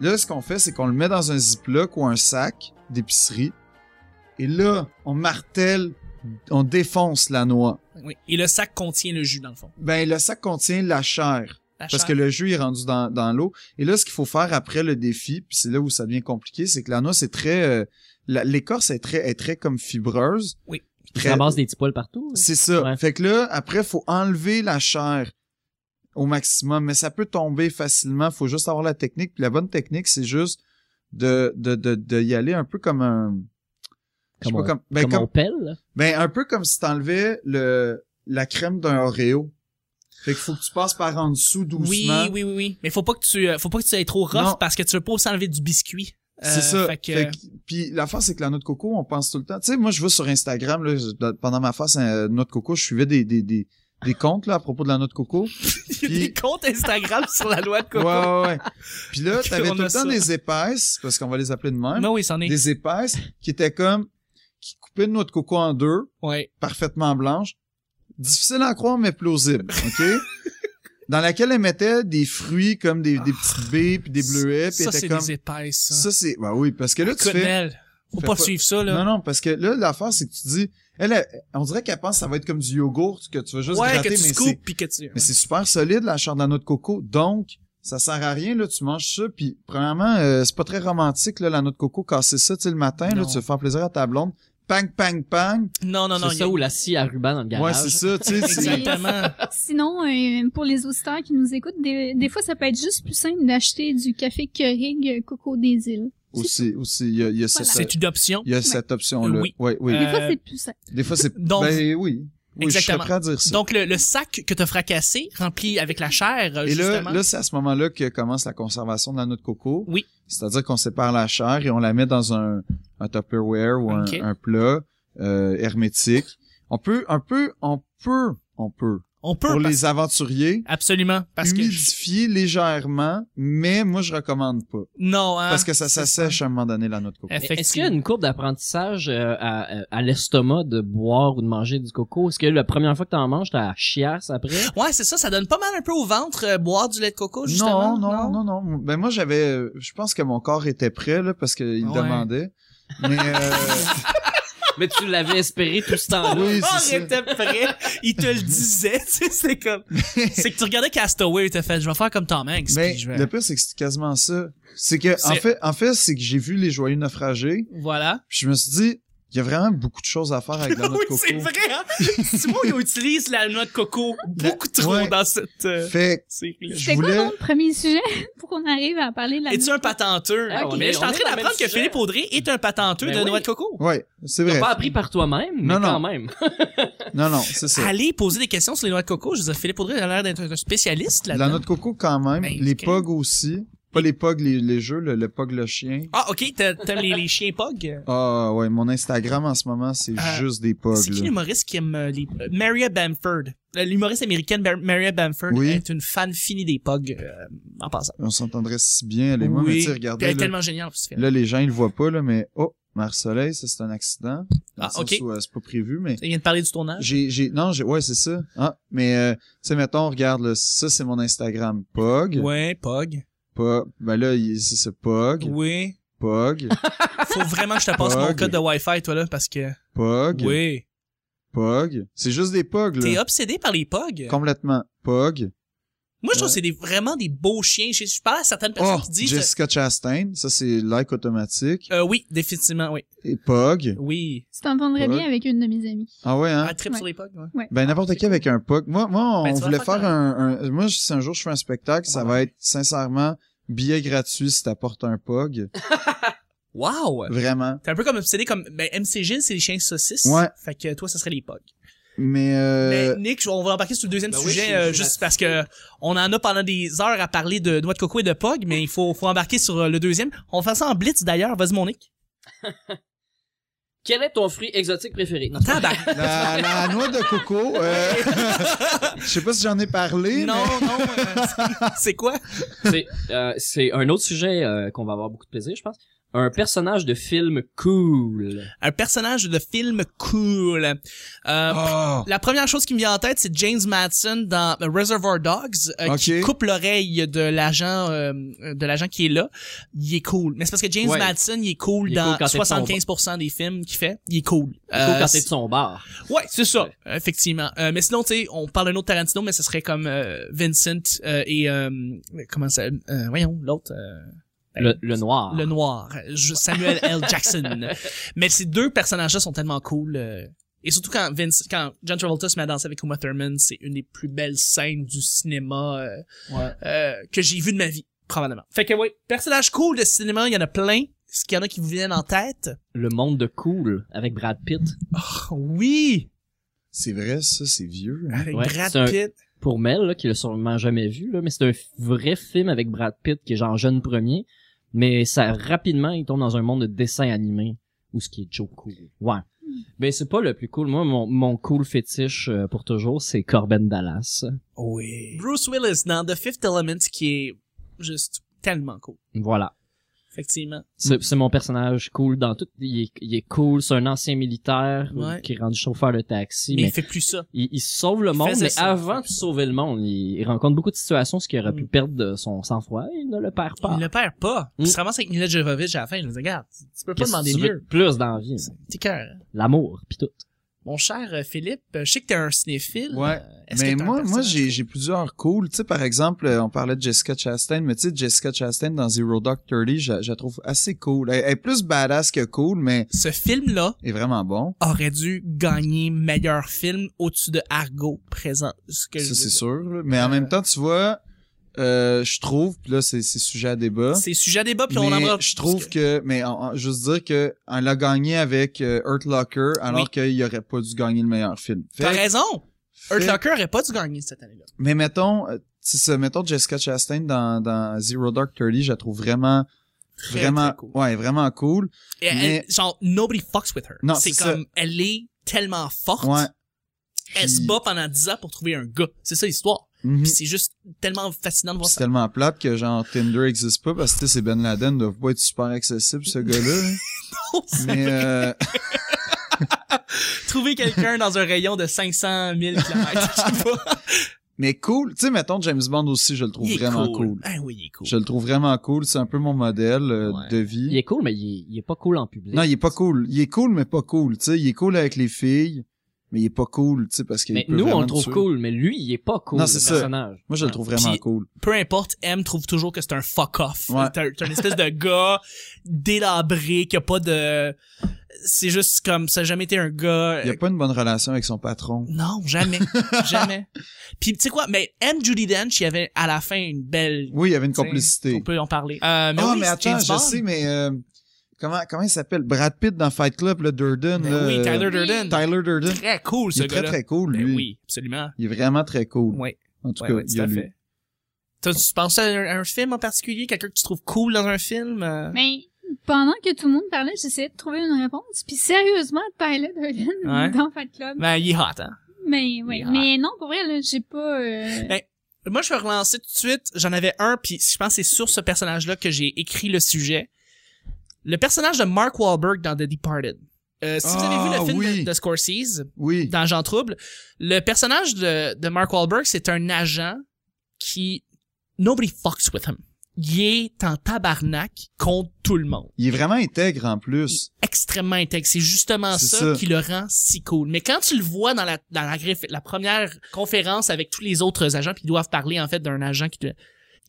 E: Là, ce qu'on fait, c'est qu'on le met dans un ziploc ou un sac d'épicerie et là, on martèle, on défonce la noix.
B: Oui. Et le sac contient le jus, dans le fond.
E: Ben, le sac contient la chair.
B: La
E: Parce
B: chair.
E: que le jeu est rendu dans, dans l'eau. Et là, ce qu'il faut faire après le défi, puis c'est là où ça devient compliqué, c'est que la noix, c'est très... euh, la- L'écorce est très, est très comme fibreuse.
B: Oui.
C: Ça
E: Très-
C: ramasse des petits poils partout. hein.
E: C'est ça.
C: Ouais.
E: Fait que là, après, faut enlever la chair au maximum. Mais ça peut tomber facilement. faut juste avoir la technique. Puis la bonne technique, c'est juste de, de, de, de y aller un peu comme un... je
C: Comme
E: sais pas,
C: on-
E: comme- ben,
C: comme,
E: comme-
C: on pèle. là.
E: ben, un peu comme si t'enlevais le, la crème d'un Oreo. Fait qu'il faut que tu passes par en dessous
B: Oui,
E: doucement.
B: oui, oui, oui. Mais faut pas que tu, euh, faut pas que tu ailles trop rough
E: Non.
B: parce que tu veux pas aussi enlever du biscuit. Euh,
E: C'est ça.
B: Fait que,
E: Fait que- puis l'affaire, c'est que la noix de coco, on pense tout le temps. Tu sais, moi, je vais sur Instagram, là, je- pendant ma face à noix de coco, je suivais des, des, des, des comptes là, à propos de la noix de coco.
B: il y a des comptes Instagram sur la loi de
E: Ouais,
B: coco.
E: ouais, ouais. Puis là, t'avais
B: On
E: tout le
B: a
E: temps
B: ça.
E: des épaisses, parce qu'on va les appeler de même,
B: Non, oui, c'en est.
E: des épaisses qui étaient comme, qui coupaient une noix de coco en deux,
B: Ouais.
E: parfaitement blanche. Difficile à croire, mais plausible, OK? Dans laquelle elles mettaient des fruits comme des, des petites baies, puis des bleuets, puis
B: Ah, Ça,
E: étaient
B: c'est
E: comme...
B: des épaisses, ça.
E: Ça, c'est... Bah oui, parce que là, tu
B: Écoute,
E: fais...
B: Nel, Faut
E: fais
B: pas
E: pas-
B: suivre ça, là.
E: Non, non, parce que là, l'affaire, c'est que tu dis, elle, elle- on dirait qu'elle pense que ça va être comme du yogourt que tu vas juste
B: ouais,
E: gratter,
B: que tu
E: mais
B: coupes
E: c'est,
B: puis que tu...
E: mais c'est super solide, la chair de la noix de coco. Donc, ça sert à rien, là, tu manges ça, puis premièrement, euh, c'est pas très romantique, là, la noix de coco, casser ça, tu sais, le matin,
B: Non.
E: là, tu vas faire plaisir à ta blonde. Pang, pang, pang.
B: Non, non, non.
C: c'est
B: il y
C: ça
B: a-
C: ou la scie à ruban dans le
E: ouais,
C: garage.
E: c'est ça, tu sais. c'est-
B: Exactement.
D: Sinon, euh, pour les auditeurs qui nous écoutent, des, des fois, ça peut être juste plus simple d'acheter du café Keurig euh, Coco des îles.
E: aussi, aussi, il y a, il y a
D: Voilà.
E: cette,
B: C'est une option.
E: il y a cette option-là.
B: Oui.
E: Ouais, oui.
B: Euh,
D: Des fois, c'est plus simple.
E: Des fois, c'est,
B: donc-
E: ben oui. Oui, je serais
B: Exactement.
E: prêt à dire ça.
B: Donc, le, le sac que t'as fracassé, rempli avec la chair, euh,
E: Et là,
B: justement.
E: là c'est à ce moment-là que commence la conservation de la noix de coco.
B: Oui.
E: C'est-à-dire qu'on sépare la chair et on la met dans un, un Tupperware ou un,
B: Ok.
E: un plat euh, hermétique. On peut, un peu, on peut, on peut,
B: on peut...
E: pour
B: parce-
E: les aventuriers,
B: Absolument. Parce que...
E: humidifier légèrement, mais moi, je recommande pas.
B: Non, hein.
E: parce que ça
B: c'est
E: s'assèche à un moment donné, la noix de coco.
B: Eh.
C: Mais Est-ce qu'il y a une courbe d'apprentissage euh, à, à- à l'estomac de boire ou de manger du coco? Est-ce que la première fois que t'en manges, t'as la chiasse après?
B: Ouais, c'est ça. Ça donne pas mal un peu au ventre, euh, boire du lait de coco, justement.
E: Non, non, non, non, Ben moi j'avais, euh, je pense que mon corps était prêt là parce qu'il
B: Ouais.
E: demandait. Mais euh,
C: Mais tu l'avais espéré tout ce temps-là.
E: oui,
B: corps
E: c'est ça.
B: était prêt. Il te le disait. tu sais, c'est comme. c'est que tu regardais Castaway et t'as fait, je vais faire comme Tom Hanks.
E: Mais
B: puis je vais-
E: le pire, c'est que c'est quasiment ça. C'est que, en
B: C'est-
E: fait, en fait, c'est que j'ai vu les joyeux naufragés,
B: Voilà.
E: puis je me suis dit, il y a vraiment beaucoup de choses à faire avec la noix de
B: oui,
E: coco.
B: c'est vrai, hein. C'est moi, ils utilisent la noix de coco beaucoup trop
E: Ouais.
B: dans cette euh,
E: Fait
B: série-là.
E: Je
D: C'est
E: voulais-
D: quoi notre premier sujet pour qu'on arrive à parler de la
B: Es-tu un patenteux?
C: Ah,
B: Mais je suis en
C: on est- on est dans
B: train
C: le
B: d'apprendre
C: même
B: que
C: sujet.
B: Philippe Audrey est un patenteux
C: Ben
B: de
C: oui.
B: noix de coco.
E: que, ouais, c'est vrai.
C: Pas appris par toi-même, mais
E: Non, non.
C: quand même.
E: Non, non, c'est ça.
B: Allez poser des questions sur les noix de coco. Je veux dire, Philippe Audrey a l'air d'être un spécialiste
E: La
B: là-dedans.
E: noix de coco quand même,
B: Ben,
E: les
B: ok.
E: pogs aussi. Pas les pogs, les, les jeux, le, le pog, le chien.
B: Ah, ok, t'a- t'aimes les, les chiens Pog?
E: Ah ouais, mon Instagram en ce moment, c'est
B: Euh,
E: juste des pogs.
B: C'est qui
E: là.
B: l'humoriste qui aime euh, les... euh, Maria Bamford. Euh, L'humoriste américaine Bar- Maria Bamford
E: Oui.
B: est une fan finie des Pog, euh, en passant.
E: On s'entendrait si bien, elle et moi,
B: Oui.
E: mais tu sais,
B: Elle
E: regardez,
B: est
E: là,
B: tellement géniale, ce film.
E: là, les gens, ils le voient pas, là, mais oh, Marseillais, ça, c'est un accident. Dans
B: Ah,
E: le sens
B: ok.
E: où, euh, c'est pas prévu, mais...
B: Elle vient de parler du tournage.
E: J'ai, j'ai, non, j'ai, ouais, c'est ça. Ah, mais, euh, tu sais, mettons, regarde, là, ça, c'est mon Instagram, pog.
B: Ouais, Pog.
E: Pog. Ben là, il- c'est ça, pog.
B: Oui.
E: Pog.
B: Faut vraiment que je te passe mon
E: Pog.
B: code de Wi-Fi, toi, là, parce que...
E: Pog.
B: Oui.
E: Pog. C'est juste des pogs, là.
B: T'es obsédé par les Pog.
E: Complètement. Pog.
B: Moi, je trouve que c'est des- vraiment des beaux chiens. Je, je parle à certaines personnes
E: Oh,
B: qui disent...
E: Jessica Chastain. Ça, c'est like automatique.
B: euh, oui, définitivement, oui.
E: Et pog.
B: Oui.
D: Tu t'entendrais
E: Ouais.
D: bien avec une de mes amies.
E: Ah ouais, hein?
B: Un trip
D: Ouais.
B: sur les Pog, ouais.
E: Ben, n'importe qui avec un pog. Moi, moi, on
B: Ben, tu vas
E: voulait
B: faire
E: faire
B: ça.
E: un, un- moi, si un jour je fais un spectacle, ça va être, sincèrement, billet gratuit si t'apportes un pog.
B: Wow!
E: Vraiment.
B: T'es un peu comme obsédé comme... Ben, MC Gilles, c'est les chiens saucisses.
E: Ouais.
B: Fait que toi, ça serait les Pog.
E: Mais, euh,
B: Mais Nick, on va embarquer sur le deuxième
F: Ben oui,
B: sujet
F: c'est-
B: euh,
F: c'est
B: juste
F: là-dessus.
B: parce que on en a pendant des heures à parler de noix de coco et de pog, mais il faut, faut embarquer sur euh, le deuxième. On fait ça en blitz d'ailleurs. Vas-y mon Nick.
F: Quel est ton fruit exotique préféré? Non,
B: Tabac.
E: La, la noix de coco, euh, je sais pas si j'en ai parlé,
B: non,
E: mais
B: non. euh, c'est quoi?
F: c'est, euh, c'est un autre sujet euh, qu'on va avoir beaucoup de plaisir, je pense. Un personnage de film cool.
B: Un personnage de film cool. Euh,
E: Oh,
B: La première chose qui me vient en tête, c'est James Madsen dans euh, Reservoir Dogs, euh, qui
E: Ah! Ok.
B: coupe l'oreille de l'agent euh, de l'agent qui est là. Il est cool. Mais c'est parce que James
F: Ouais.
B: Madsen, il est cool
F: Il est
B: dans
F: cool quand t'es de son
B: 75% des films qu'il fait. Il est cool.
F: Il faut
B: Euh,
F: quand t'es de son bar.
B: Ouais, c'est ça, effectivement. Euh, mais sinon, tu sais, on parle d'un autre Tarantino, mais ce serait comme euh, Vincent euh, et euh, comment ça, euh, voyons, l'autre, euh,
E: Ben,
F: Le, le noir.
B: le noir, Je- Samuel L. Jackson. mais ces deux personnages-là sont tellement cool. euh, et surtout quand Vince, quand John Travolta se met à danser avec Uma Thurman, c'est une des plus belles scènes du cinéma euh,
F: Ouais.
B: euh, que j'ai vu de ma vie, probablement. Fait que oui, personnages cool de cinéma, il y en a plein. Est-ce qu'il y en a qui vous viennent en tête?
F: Le monde de cool avec Brad Pitt.
B: Oh, oui!
E: c'est vrai, ça, c'est vieux. hein.
B: Avec
F: Ouais,
B: Brad
F: c'est un-
B: Pitt.
F: Pour Mel, là, qui l'a sûrement jamais vu, là, mais c'est un vrai film avec Brad Pitt qui est genre jeune premier. Mais ça, rapidement, il tombe dans un monde de dessin animé où ce qui est Joe cool. Ouais.
B: Mm.
F: Mais c'est pas le plus cool. Moi, mon, mon cool fétiche euh, pour toujours, c'est Corben Dallas.
B: Oui. Bruce Willis dans The Fifth Element qui est juste tellement cool.
F: Voilà.
B: Effectivement.
F: C'est c'est mon personnage cool dans tout. Il est, il est cool. C'est un ancien militaire euh,
B: Ouais.
F: qui est rendu chauffeur de taxi.
B: mais
F: Mais,
B: il fait plus ça.
F: il, il sauve le
B: il
F: monde,
B: faisait
F: mais
B: ça.
F: avant de sauver le monde, il, il rencontre beaucoup de situations, ce qui aurait pu
B: Mm.
F: perdre de son sang-froid. Il ne le perd pas.
B: Il le perd pas.
F: Mm.
B: Puis C'est vraiment ça avec Mila Jovovich à la fin. Je me dis, regarde, tu- tu peux pas
F: Qu'est-ce que
B: demander
F: tu veux de
B: mieux.
F: plus dans la vie? là?
B: T'es cœur.
F: L'amour, pis tout.
B: Mon cher euh, Philippe, euh, je sais que t'es un cinéphile.
E: Ouais.
B: Euh, est-ce
E: Mais
B: que t'as un
E: moi, moi,
B: personnage
E: j'ai,
B: cool?
E: j'ai plusieurs cool. Tu sais, par exemple, euh, on parlait de Jessica Chastain, mais tu sais, Jessica Chastain dans Zero Dark Thirty, je, la- je la trouve assez cool. Elle, elle est plus badass que cool, mais
B: Ce film-là
E: elle est vraiment bon.
B: aurait dû gagner meilleur film au-dessus de Argo présent. Ce que je
E: Ça,
B: veux
E: c'est
B: dire.
E: sûr. là. Mais en même temps, tu vois, euh, je trouve, pis là, c'est, c'est sujet à débat.
B: C'est sujet à débat, puis on en
E: mais
B: va...
E: je trouve que mais en- en- juste dire que on l'a gagné avec euh, Hurt Locker alors
B: Oui.
E: qu'il aurait pas dû gagner le meilleur film. Fait-
B: T'as raison!
E: fait-
B: Earth Locker aurait pas dû gagner cette année-là.
E: Mais mettons euh, c'est ça, mettons Jessica Chastain dans, dans Zero Dark Thirty, je la trouve vraiment
B: Très,
E: vraiment
B: très cool.
E: ouais, vraiment cool.
B: Et elle-
E: Mais-
B: genre, nobody fucks with her.
E: Non,
B: c'est
E: c'est
B: comme, elle est tellement forte,
E: Ouais.
B: elle se
E: Puis-
B: bat pendant 10 ans pour trouver un gars. C'est ça l'histoire.
E: Mhm.
B: Puis c'est juste tellement fascinant de
E: Puis
B: voir
E: C'est
B: ça.
E: tellement plate que genre Tinder existe pas parce que tu sais, c'est Ben Laden doit pas être super accessible ce gars-là.
B: Non,
E: hein. mais euh,
B: Trouver quelqu'un dans un rayon de 500 000 km, je sais pas.
E: mais cool, tu sais mettons James Bond aussi, je le trouve
B: Il est
E: vraiment cool.
B: Ah oui, il est cool.
E: Je le trouve vraiment cool, c'est un peu mon modèle euh,
B: Ouais.
E: de vie.
F: Il est cool, mais il est, il est pas cool en public.
E: Non, il est pas cool. Il est cool, mais pas cool. Tu sais, il est cool avec les filles, mais il est pas cool, tu sais, parce qu'il
F: mais
E: peut
F: nous, on
E: vraiment
F: le trouve
E: tuer.
F: cool, mais lui, il est pas cool,
E: Non,
F: le
E: c'est ça.
F: personnage.
E: Moi, je le trouve vraiment
B: Puis-
E: cool.
B: Peu importe, M trouve toujours que c'est un fuck-off.
E: Ouais.
B: T'es un, t'es un espèce de gars délabré, qui a pas de... C'est juste comme, ça a jamais été un gars...
E: Il a pas une bonne relation avec son patron.
B: Non, jamais. jamais. Puis tu sais quoi, mais M. Judy Dench, il y avait à la fin une belle...
E: Oui, il y avait une
B: T'sais,
E: complicité.
B: On peut en parler. Euh, mais
E: Ah,
B: oui,
E: mais
B: c'est
E: attends,
B: James
E: je
B: Bond.
E: sais, mais euh, comment comment il s'appelle? Brad Pitt dans Fight Club, le Durden.
B: Ben
E: là,
B: oui,
E: euh,
B: Tyler
D: Oui.
B: Durden.
E: Tyler Durden.
B: Très cool,
E: Il
B: ce
E: est très
B: gars-là.
E: très cool,
B: Ben
E: lui.
B: oui, absolument.
E: Il est vraiment très cool.
B: Ouais.
E: En tout
B: Ouais,
E: cas,
B: ouais,
E: il
B: tout
E: y a
B: à
E: lui.
B: fait. T'as- Tu penses à un, à un film en particulier, quelqu'un que tu trouves cool dans un film? euh?
D: Mais pendant que tout le monde parlait, j'essayais de trouver une réponse. Puis sérieusement, Tyler Durden
B: Ouais.
D: dans Fight Club.
B: Ben, il est hot, hein?
D: Mais ouais,
B: Yeah.
D: mais non, pour vrai, là, j'ai pas... euh,
B: Ben, Moi, je vais relancer tout de suite. J'en avais un, puis je pense que c'est sur ce personnage-là que j'ai écrit le sujet. Le personnage de Mark Wahlberg dans The Departed. Euh, si vous avez vu
E: Ah,
B: le film
E: oui.
B: de, de Scorsese,
E: Oui.
B: dans Jean Trouble, le personnage de, de Mark Wahlberg, c'est un agent qui... Nobody fucks with him. Il est en tabarnak contre tout le monde.
E: Il est vraiment intègre en plus.
B: Extrêmement intègre. C'est justement
E: C'est
B: ça,
E: ça.
B: qui le rend si cool. Mais quand tu le vois dans la, dans la, griffe- la première conférence avec tous les autres agents, puis ils doivent parler, en fait, d'un agent qui... te-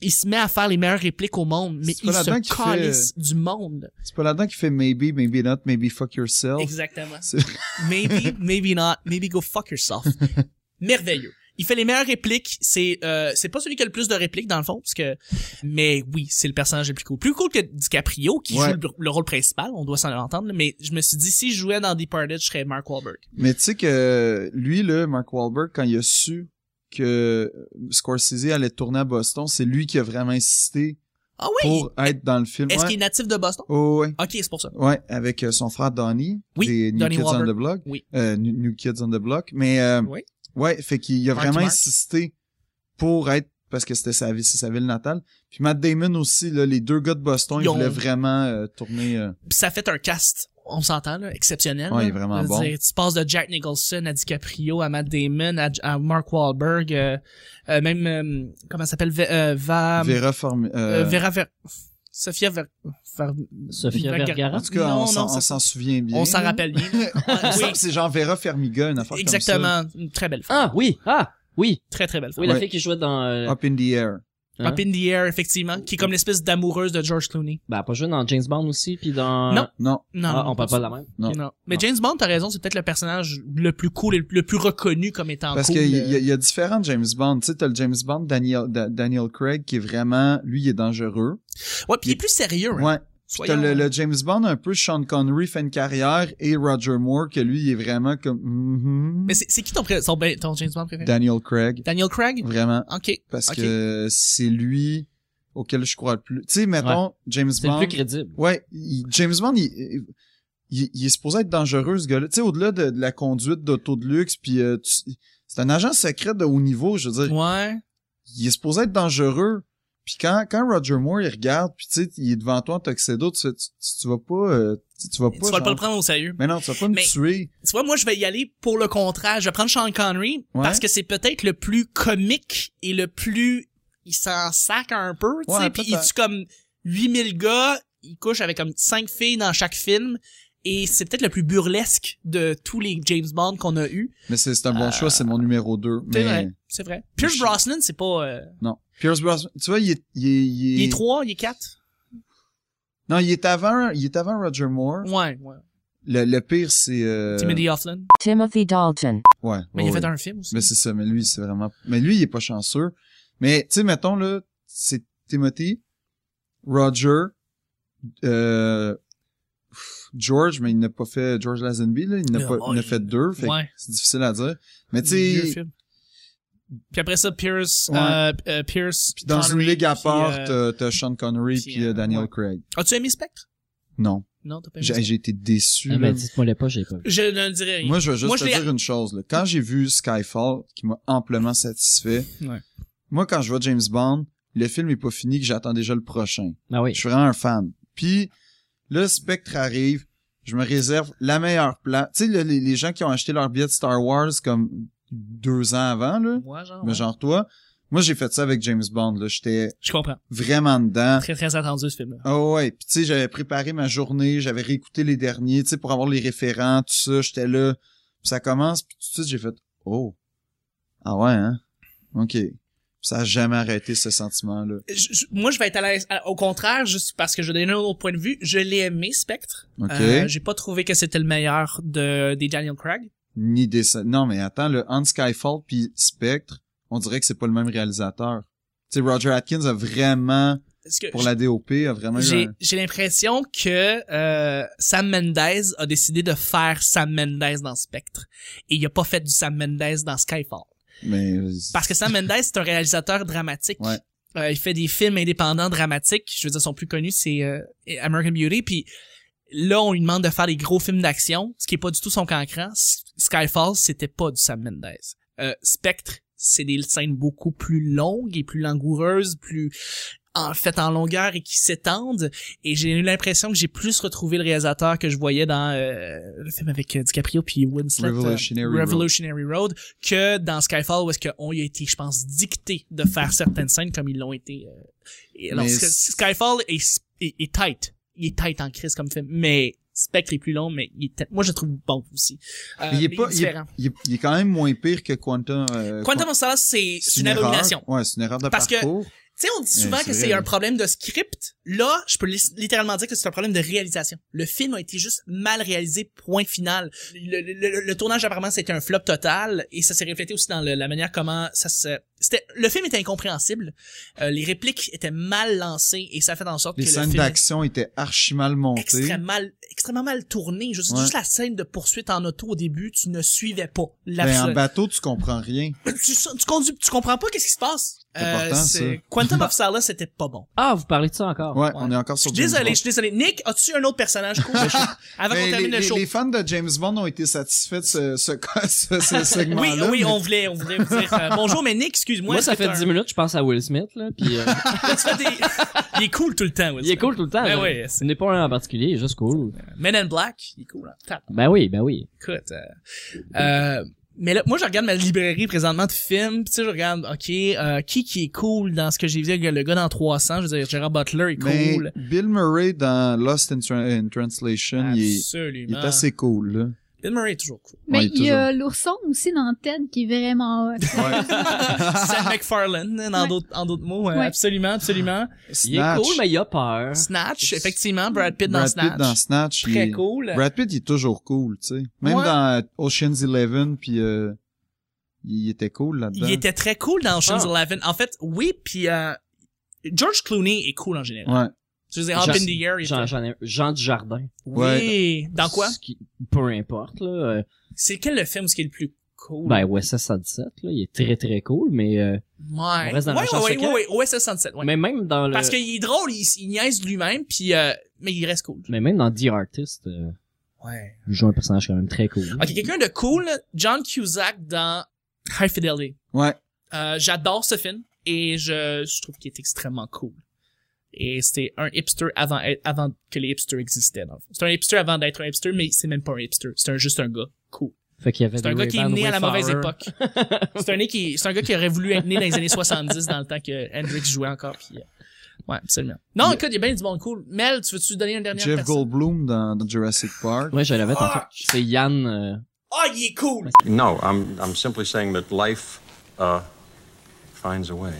B: Il se met à faire les meilleures répliques au monde, mais
E: C'est
B: il
E: pas là-dedans
B: se
E: qu'il fait-
B: calisse du monde.
E: C'est pas là-dedans qu'il fait maybe, maybe not, maybe fuck yourself.
B: Exactement.
E: C'est-
B: maybe, maybe not, maybe go fuck yourself. Merveilleux. Il fait les meilleures répliques. C'est euh, c'est pas celui qui a le plus de répliques dans le fond, parce que mais oui, c'est le personnage le plus cool, plus cool que DiCaprio qui
E: Ouais.
B: joue le, le rôle principal. On doit s'en entendre. Mais je me suis dit si je jouais dans Departed, je serais Mark Wahlberg.
E: Mais tu sais que lui, là, Mark Wahlberg, quand il a su que Scorsese allait tourner à Boston, c'est lui qui a vraiment insisté
B: Ah oui.
E: pour être dans le film.
B: Est-ce
E: Ouais.
B: qu'il est natif de Boston
E: Oh, ouais.
B: Ok, c'est pour ça.
E: Ouais, avec euh, son frère Donnie,
B: Oui,
E: des New
B: Donnie
E: Kids on
B: Wahlberg.
E: the Block.
B: Oui.
E: Euh, New, New Kids on the Block. Mais euh,
B: Oui.
E: ouais, fait qu'il a
B: Marky
E: vraiment
B: Mark.
E: insisté pour être parce que c'était sa ville, c'est sa ville natale. Puis Matt Damon aussi, là, les deux gars de Boston, ils,
B: Ils ont-
E: voulaient vraiment euh, tourner. euh,
B: Puis ça fait un cast. On s'entend là, exceptionnel.
E: Ouais,
B: là.
E: il est vraiment
B: Je veux
E: bon.
B: dire, tu passes de Jack Nicholson à DiCaprio à Matt Damon à, à Mark Wahlberg, euh, euh, même euh, comment ça s'appelle Ve- euh, Va-
E: Vera Form-
B: Euh,
E: euh,
B: Vera Ver... Sophia Ver... Ver-
F: Sophia
B: Vergara.
F: Vergara.
E: En tout cas,
B: Non,
E: on s'en-
B: non, ça-
E: on s'en souvient bien.
B: On s'en
E: là.
B: rappelle bien.
E: Il me
B: Ah, oui,
E: semble que C'est genre Vera Fermiga, une affaire
B: exactement. Une très belle femme.
F: Ah oui, ah oui,
B: Très, très belle femme.
F: oui la
E: Ouais. Ah.
F: fille qui jouait dans euh,
E: comme ça. Up in the air.
F: Hein?
B: Up in the Air, effectivement, qui est comme l'espèce d'amoureuse de George Clooney.
F: ben elle a pas joué dans James Bond aussi puis dans
B: Non.
E: Non.
B: Non,
F: Ah,
B: non,
F: on parle pas de la même.
E: Non.
B: Non. Mais James Bond, t'as raison, c'est peut-être le personnage le plus cool et le plus reconnu comme étant
E: Parce
B: cool.
E: qu'il y,
B: euh,
E: a- il y a différents James Bond. Tu sais, t'as le James Bond, Daniel, Da- Daniel Craig, qui est vraiment, lui, il est dangereux.
B: Ouais, puis il est plus sérieux. hein.
E: Ouais. Puis
B: Soyons-
E: t'as le, le James Bond, un peu Sean Connery fait une carrière, et Roger Moore, que lui, il est vraiment comme, mhm.
B: Mais c'est c'est qui ton, pré- son- ben, ton James Bond préféré?
E: Daniel Craig.
B: Daniel Craig?
E: Vraiment.
B: OK.
E: Parce
B: Ok.
E: que c'est lui auquel je crois le plus. Tu sais, mettons, James
F: C'est le
E: Bond.
F: plus crédible.
E: Ouais, il- James Bond, il, il, il est supposé être dangereux, ce gars-là. Tu sais, au-delà de, de la conduite d'auto de luxe, puis euh, tu- c'est un agent secret de haut niveau, je veux dire.
B: Ouais.
E: Il est supposé être dangereux. Puis quand, quand Roger Moore, il regarde, puis tu sais, il est devant toi en tuxedo, tu, fais, tu, tu- tu vas pas... euh, tu, tu vas pas...
B: Tu vas
E: genre-
B: pas le prendre au sérieux.
E: Mais non, tu vas pas me
B: Mais-
E: tuer.
B: tu vois, moi, je vais y aller pour le contraire. Je vais prendre Sean Connery
E: Ouais.
B: parce que c'est peut-être le plus comique et le plus... Il s'en sac un peu, tu sais,
E: Ouais,
B: puis il
E: peut-être.
B: tue comme 8000 gars, il couche avec comme 5 filles dans chaque film, et c'est peut-être le plus burlesque de tous les James Bond qu'on a eu.
E: Mais c'est c'est un bon choix, c'est mon numéro 2.
B: Euh, C'est
E: Mais
B: vrai, c'est vrai. Pierce
E: Je-
B: Brosnan, c'est pas... euh,
E: non. Pierce Brosnan, tu vois, il est... Il est, il
B: il
E: est-
B: est 3, il est 4?
E: Non, il est avant, il est avant Roger Moore.
B: Ouais, ouais.
E: Le, le pire, c'est... Euh...
B: Timothy Hoffman.
A: Timothy Dalton.
E: Ouais.
B: Mais il
E: ouais,
B: a
E: ouais.
B: fait un film aussi.
E: Mais c'est ça, mais lui, c'est vraiment... Mais lui, il est pas chanceux. Mais, tu sais, mettons, là, c'est Timothy, Roger, euh, pff, George, mais il n'a pas fait... George Lazenby, là, il n'a
B: Mais
E: pas...
B: bon,
E: il n'a
B: il-
E: fait deux, fait que
B: Ah, ouais.
E: c'est difficile à dire. Mais, tu
B: Vieux
E: sais,
B: film. Puis après ça, Pierce...
E: Ouais.
B: euh, euh, Pierce
E: puis dans
B: Connery,
E: une ligue à
B: puis,
E: part,
B: euh,
E: t'as- t'as Sean Connery
B: puis,
E: puis euh,
B: euh,
E: Daniel
B: ouais. Ben,
E: Craig.
B: As-tu aimé Spectre?
E: Non.
B: Non, t'as pas aimé
E: J'ai
B: Spectre?
E: j'ai été déçu.
F: Ah,
E: là.
F: ben dites-moi les pas, j'ai pas vu.
B: Je ne dirais rien.
E: Moi, je veux juste
B: Moi, je
E: te
B: l'ai-
E: dire une chose. Là. Quand j'ai vu Skyfall, qui m'a amplement satisfait,
B: Ouais.
E: moi, quand je vois James Bond, le film est pas fini, que j'attends déjà le prochain.
F: Ah oui.
E: Je suis vraiment un fan. Puis, le Spectre arrive, je me réserve la meilleure place. Tu sais, le- les, les gens qui ont acheté leur billet de Star Wars comme deux ans avant, là,
B: Moi, genre.
E: mais
B: ouais.
E: genre toi, moi, j'ai fait ça avec James Bond. là. J'étais
B: Je comprends.
E: vraiment dedans.
B: Très, très attendu, ce film-là.
E: Ah ouais, puis tu sais, j'avais préparé ma journée, j'avais réécouté les derniers, tu sais, pour avoir les référents, tout ça, j'étais là. Puis ça commence, puis tout de suite, j'ai fait « Oh! Ah ouais, hein? OK. » Puis Ça a jamais arrêté, ce sentiment-là.
B: Je- je- moi, je vais être à l'aise. à- Au contraire, juste parce que je donne un autre point de vue, je l'ai aimé, Spectre.
E: Ok.
B: Euh, J'ai pas trouvé que c'était le meilleur de, des Daniel Craig.
E: Ni des... Non, mais attends, le On Skyfall puis Spectre, on dirait que c'est pas le même réalisateur. Tu sais, Roger Atkins a vraiment,
B: Est-ce que
E: pour la euh, DOP, a vraiment eu
B: j'ai
E: un...
B: j'ai l'impression que euh, Sam Mendes a décidé de faire Sam Mendes dans Spectre. Et il a pas fait du Sam Mendes dans Skyfall.
E: Mais... euh,
B: Parce que Sam Mendes, c'est un réalisateur dramatique.
E: Ouais.
B: Euh, il fait des films indépendants dramatiques. Je veux dire, son plus connu, c'est euh, American Beauty. Puis là, on lui demande de faire des gros films d'action, ce qui est pas du tout son cancran. S- Skyfall, c'était pas du Sam Mendes. Euh, Spectre, c'est des scènes beaucoup plus longues et plus langoureuses, plus en fait en longueur et qui s'étendent. Et j'ai eu l'impression que j'ai plus retrouvé le réalisateur que je voyais dans euh, le film avec euh, DiCaprio puis Winslet. euh,
E: Revolutionary Road.
B: Revolutionary Road que dans Skyfall où est-ce qu'on y a été, je pense, dicté de faire certaines scènes comme ils l'ont été. euh, et alors,
E: Mais
B: Sky-
E: c'est-
B: Skyfall est, est, est tight. Il est tight en crise comme film, mais Spectre est plus long, mais il est tight. moi je le trouve bon aussi. Euh,
E: Mais il est
B: mais
E: pas, il est,
B: différent.
E: il est- il est quand même moins pire que Quantum. euh,
B: Quantum of Solace, c'est c'est une,
E: erreur.
B: abomination.
E: Ouais, c'est une erreur de
B: Parce que-
E: parcours.
B: Tu sais, on dit souvent
E: Ouais, c'est
B: que c'est
E: vrai.
B: un problème de script. Là, je peux li- littéralement dire que c'est un problème de réalisation. Le film a été juste mal réalisé, point final. Le, le- le- le tournage, apparemment, c'était un flop total et ça s'est reflété aussi dans le- la manière comment ça se... C'était, le film était incompréhensible, euh, les répliques étaient mal lancées et ça a fait en sorte
E: Les
B: que le
E: scènes
B: film est
E: d'action étaient archi mal montées.
B: extrêmement, extrêmement mal tourné. Juste,
E: Ouais.
B: juste la scène de poursuite en auto au début, tu ne suivais pas. La
E: Ben, en bateau, tu comprends rien.
B: tu, tu conduis, tu comprends pas qu'est-ce qui se passe. Euh,
E: C'est important,
B: c'est-
E: ça.
B: Quantum of Solace, c'était pas bon.
F: Ah, vous parlez de ça encore.
E: Ouais, on est encore sur James
B: Désolé,
E: Bond.
B: Oh, je suis désolé. Nick, as-tu un autre personnage cool? Avant
E: Ben,
B: qu'on
E: les,
B: termine le
E: les-
B: show.
E: les fans de James Bond ont été satisfaits de ce, ce, ce, ce
B: Oui,
E: segment-là.
B: oui,
E: mais-
B: on voulait, on voulait vous dire euh, bonjour, mais Nick, excuse-moi.
F: Moi, ça
B: est-ce que
F: fait
B: t'as
F: 10
B: un-
F: minutes, je pense à Will Smith, là, puis euh,
B: tu fais des- Il est cool tout le temps, Will
F: il est cool tout le temps.
B: Ben
F: là.
B: oui,
F: Ce
B: c'est-
F: n'est pas un en particulier, il est juste cool.
B: Men in Black, il est cool. hein. Tap,
F: Ben oui, ben oui.
B: Écoute, euh, euh, mais là, moi, je regarde ma librairie présentement de films, pis tu sais, je regarde, ok, euh, qui qui est cool dans ce que j'ai vu, le le gars dans 300, je veux dire, Gerard Butler est
E: Mais
B: cool.
E: Bill Murray dans Lost in, Tra- in Translation, il est, il est
B: Absolument.
E: assez cool. Là.
B: Bill Murray est toujours cool.
D: Mais
E: Ouais,
D: il y a l'ourson aussi dans Ted qui est vraiment hot.
B: Sam McFarlane, hein, dans
D: Ouais.
B: d'autres, en d'autres mots, euh,
D: Ouais.
B: absolument, absolument.
F: Il est
E: Snatch.
F: cool, mais il a peur.
B: Snatch, effectivement, Brad Pitt dans
E: Hein? Brad
B: Snatch.
E: Pitt dans Snatch. il
B: Très
E: est-
B: cool.
E: Brad Pitt, il est toujours cool, tu sais. Même
B: Ouais.
E: dans Ocean's Eleven, puis euh, il était cool là-dedans.
B: Il était très cool dans
E: Ah.
B: Ocean's Eleven. En fait, oui, puis euh, George Clooney est cool en général.
E: Ouais.
B: Je veux dire, Up
F: Jean-
B: in the Air, il était...
F: Jean, Jean, Jean Dujardin.
B: Oui, dans quoi?
F: Ce qui- Peu importe, là. euh,
B: C'est quel le film où ce qui est le plus cool?
F: Ben, OSS 117, là, il est très très cool, mais, euh,
B: ouais.
F: on reste dans
B: ouais,
F: la
B: ouais,
F: chasse
B: ouais,
F: secrète.
B: ouais, ouais, ouais, OSS 107, ouais.
F: mais même dans le,
B: Parce qu'il est drôle, il, il niaise lui-même, puis euh, mais il reste cool.
F: mais même dans The Artist, euh,
B: Ouais.
F: il joue un personnage quand même très cool.
E: Mm-hmm.
B: Ok, quelqu'un de cool, John Cusack dans High Fidelity.
E: Ouais.
B: Euh, j'adore ce film et je, je trouve qu'il est extrêmement cool. Et c'était un hipster avant, avant que les hipsters existaient, dans le fond. C'est un hipster avant d'être un hipster, mais c'est même pas un hipster. C'est un, juste un gars cool.
F: Fait qu'il y avait
B: C'est un
F: des
B: gars qui est
F: Ray-Ban
B: né à la
F: Wayfarer.
B: mauvaise époque. c'est un, nez qui- c'est un gars qui aurait voulu être né dans les années 70, dans le temps que Hendrix jouait encore. Puis, euh, ouais, absolument. Non, écoute, il y a bien du monde cool. Mel, tu veux-tu donner une dernière
E: Jeff
B: personne?
E: Goldblum dans, dans Jurassic Park.
F: Ouais, je l'avais
B: Ah!
F: tantôt. C'est Yann, euh,
B: Ah, il est cool!
G: No, I'm, I'm simply saying that life uh, finds a way.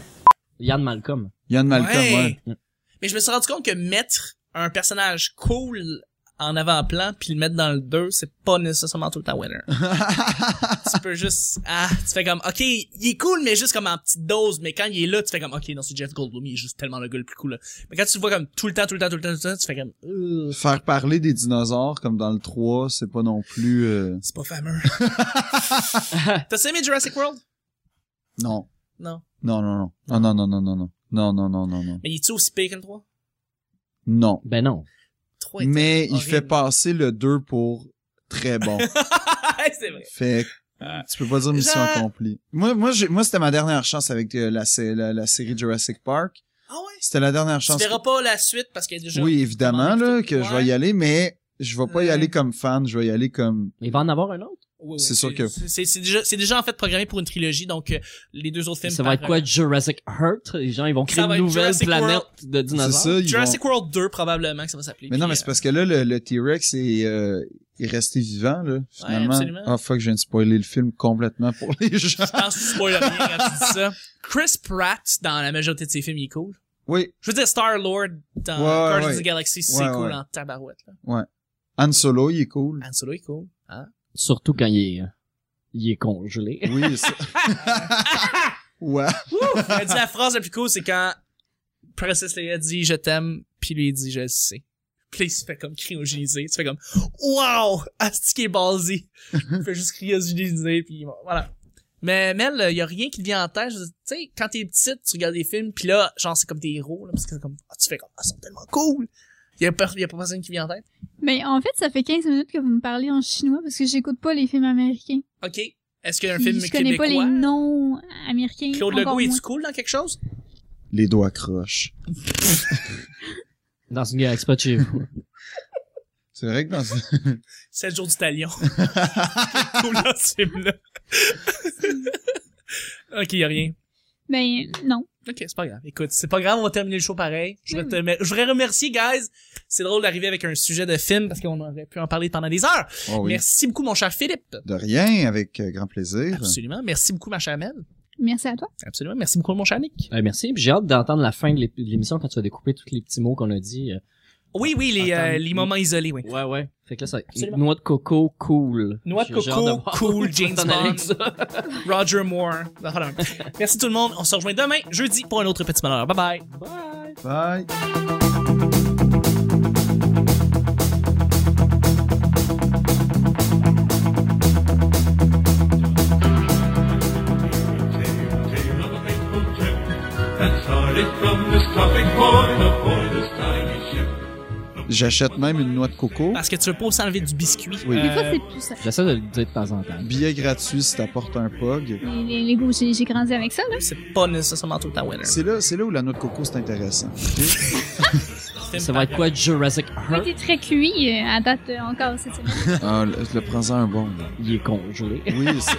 F: Yann Malcolm.
E: Yann Malcolm, ouais. Mm.
B: Mais je me suis rendu compte que mettre un personnage cool en avant-plan puis le mettre dans le 2, c'est pas nécessairement tout le temps winner. tu peux juste ah, tu fais comme OK, il est cool mais juste comme en petite dose, mais quand il est là, tu fais comme OK, non, c'est Jeff Goldblum, il est juste tellement le gars le plus cool là. Mais quand tu le vois comme tout le temps, tout le temps, tout le temps, tout le temps, tu fais comme Euh,
E: Faire parler des dinosaures comme dans le 3, c'est pas non plus... euh,
B: c'est pas fameux. T'as aimé Jurassic World
E: Non.
B: Non.
E: Non, non, non. Ah, non, non, non, non, non. Non, non, non, non, non.
B: Mais il est tu aussi pire que le 3
E: Non.
F: Ben non.
B: 3
E: Mais il
B: horrible.
E: fait passer le 2 pour très bon.
B: c'est vrai.
E: fait que tu peux pas dire mission
B: Jean-
E: accomplie. Moi, moi, j'ai- moi c'était ma dernière chance avec euh, la, sé- la, la série Jurassic Park.
B: Ah ouais.
E: C'était la dernière
B: Tu
E: chance.
B: verras pas la suite parce qu'il y a déjà
E: Oui, évidemment, là, que je vais y
B: Ouais.
E: aller, mais je vais pas y
B: Ouais.
E: aller comme fan, je vais y aller comme...
F: Il va en avoir un autre.
B: Oui, oui,
E: C'est sûr que-
B: c'est c'est déjà c'est déjà en fait programmé pour une trilogie donc euh, les deux autres films
F: ça va être
B: par-
F: quoi, Jurassic Earth? Les gens, ils vont créer
B: va
F: une
B: être
F: nouvelle
B: Jurassic
F: planète de
E: C'est
F: dinosaures.
E: ça, ils
B: Jurassic
E: vont-
B: World 2 probablement que ça va s'appeler.
E: Mais non,
B: Puis,
E: mais c'est parce que là, le, le T-Rex est, euh, est resté vivant, là, finalement.
B: absolument.
E: Ah, fuck, je viens de spoiler le film complètement pour les gens.
B: euh, je pense que tu spoil rien quand tu dis ça. Chris Pratt dans la majorité de ses films il est cool.
E: Oui,
B: Je veux dire Star Lord dans
E: Ouais,
B: Guardians
E: ouais.
B: of the Galaxy c'est
E: Ouais,
B: cool
E: ouais.
B: en tabarouette là.
E: Han Solo, il est cool.
B: Han Solo est cool. Hein?
F: Surtout quand il est, euh, il est congelé.
E: Oui, ça... ouais.
B: Il a dit la phrase la plus cool c'est quand Princess Leia dit je t'aime puis lui il dit je le sais. Puis là, il se fait comme cryogéniser. Tu fais comme Wow! Asti qui est basé. Il fait juste cryogéniser puis voilà. Mais Mel, il y a rien qui te vient en tête. Je veux dire, Tu sais, quand t'es petite, tu regardes des films, puis là, genre, c'est comme des héros, là, parce que c'est comme, ah, tu fais comme, ah, ils sont tellement cool. Il y a, per- y a pas personne qui vient en tête.
D: Mais en fait, ça fait 15 minutes que vous me parlez en chinois parce que j'écoute pas les films américains.
B: OK. Est-ce qu'il y a un
D: Puis
B: film
D: je connais
B: québécois?
D: pas les noms américains.
B: Claude
D: encore
B: Legault,
D: moins.
B: est-tu cool dans quelque chose?
E: Les doigts croches.
F: Dans une galaxie pas de chez vous.
E: C'est vrai que dans
B: C'est le jour du talion. cool dans ce film-là. OK, y a rien.
D: Ben, non.
B: OK, c'est pas grave. Écoute, c'est pas grave, on va terminer le show pareil. Je voudrais, te remer- je voudrais remercier, guys. C'est drôle d'arriver avec un sujet de film parce qu'on aurait pu en parler pendant des heures.
E: Oh oui.
B: Merci beaucoup, mon cher Philippe.
E: De rien, avec euh, grand plaisir.
B: Absolument. Merci beaucoup, ma chère Mel.
D: Merci à toi.
B: Absolument. Merci beaucoup, mon cher Nick.
F: Euh, merci. Puis j'ai hâte d'entendre la fin de l'ép- de l'émission quand tu vas découper tous les petits mots qu'on a dit. euh.
B: Oui, oui, les,
F: Attends.
B: euh, les moments isolés, oui.
F: Ouais, ouais. Fait que là, ça va être
B: Absolument.
F: noix de coco, cool.
B: Noix de
F: J'ai- j'ai hâte
B: coco,
F: de voir
B: cool,
F: où tu vas
B: James
F: t'en aller
B: Bond.
F: avec ça.
B: Roger Moore. Non, pas la même. Merci tout le monde. On se rejoint demain, jeudi, pour un autre petit bonheur. Bye bye.
E: Bye.
H: tale of a fateful trip that started from this tropic point aboard this tiny ship.
E: J'achète même une noix de coco.
B: Parce que tu veux pas aussi enlever du biscuit.
E: Oui.
D: Des
B: Euh.
D: fois, c'est plus ça.
F: J'essaie de le dire de temps en temps.
E: Billet gratuit si t'apportes un pog.
D: Les, les, les goûts, j'ai j'ai grandi avec ça, là.
B: C'est pas nécessairement tout le temps winner.
E: C'est là, c'est là où la noix de coco c'est intéressant. ok?
F: Ça va être quoi, Jurassic
D: Mais
F: Heart?
D: t'es très cuit euh, à date euh, encore cette semaine.
E: ah, le, le prends-en un bon. là.
F: Il est congelé.
E: Oui, c'est-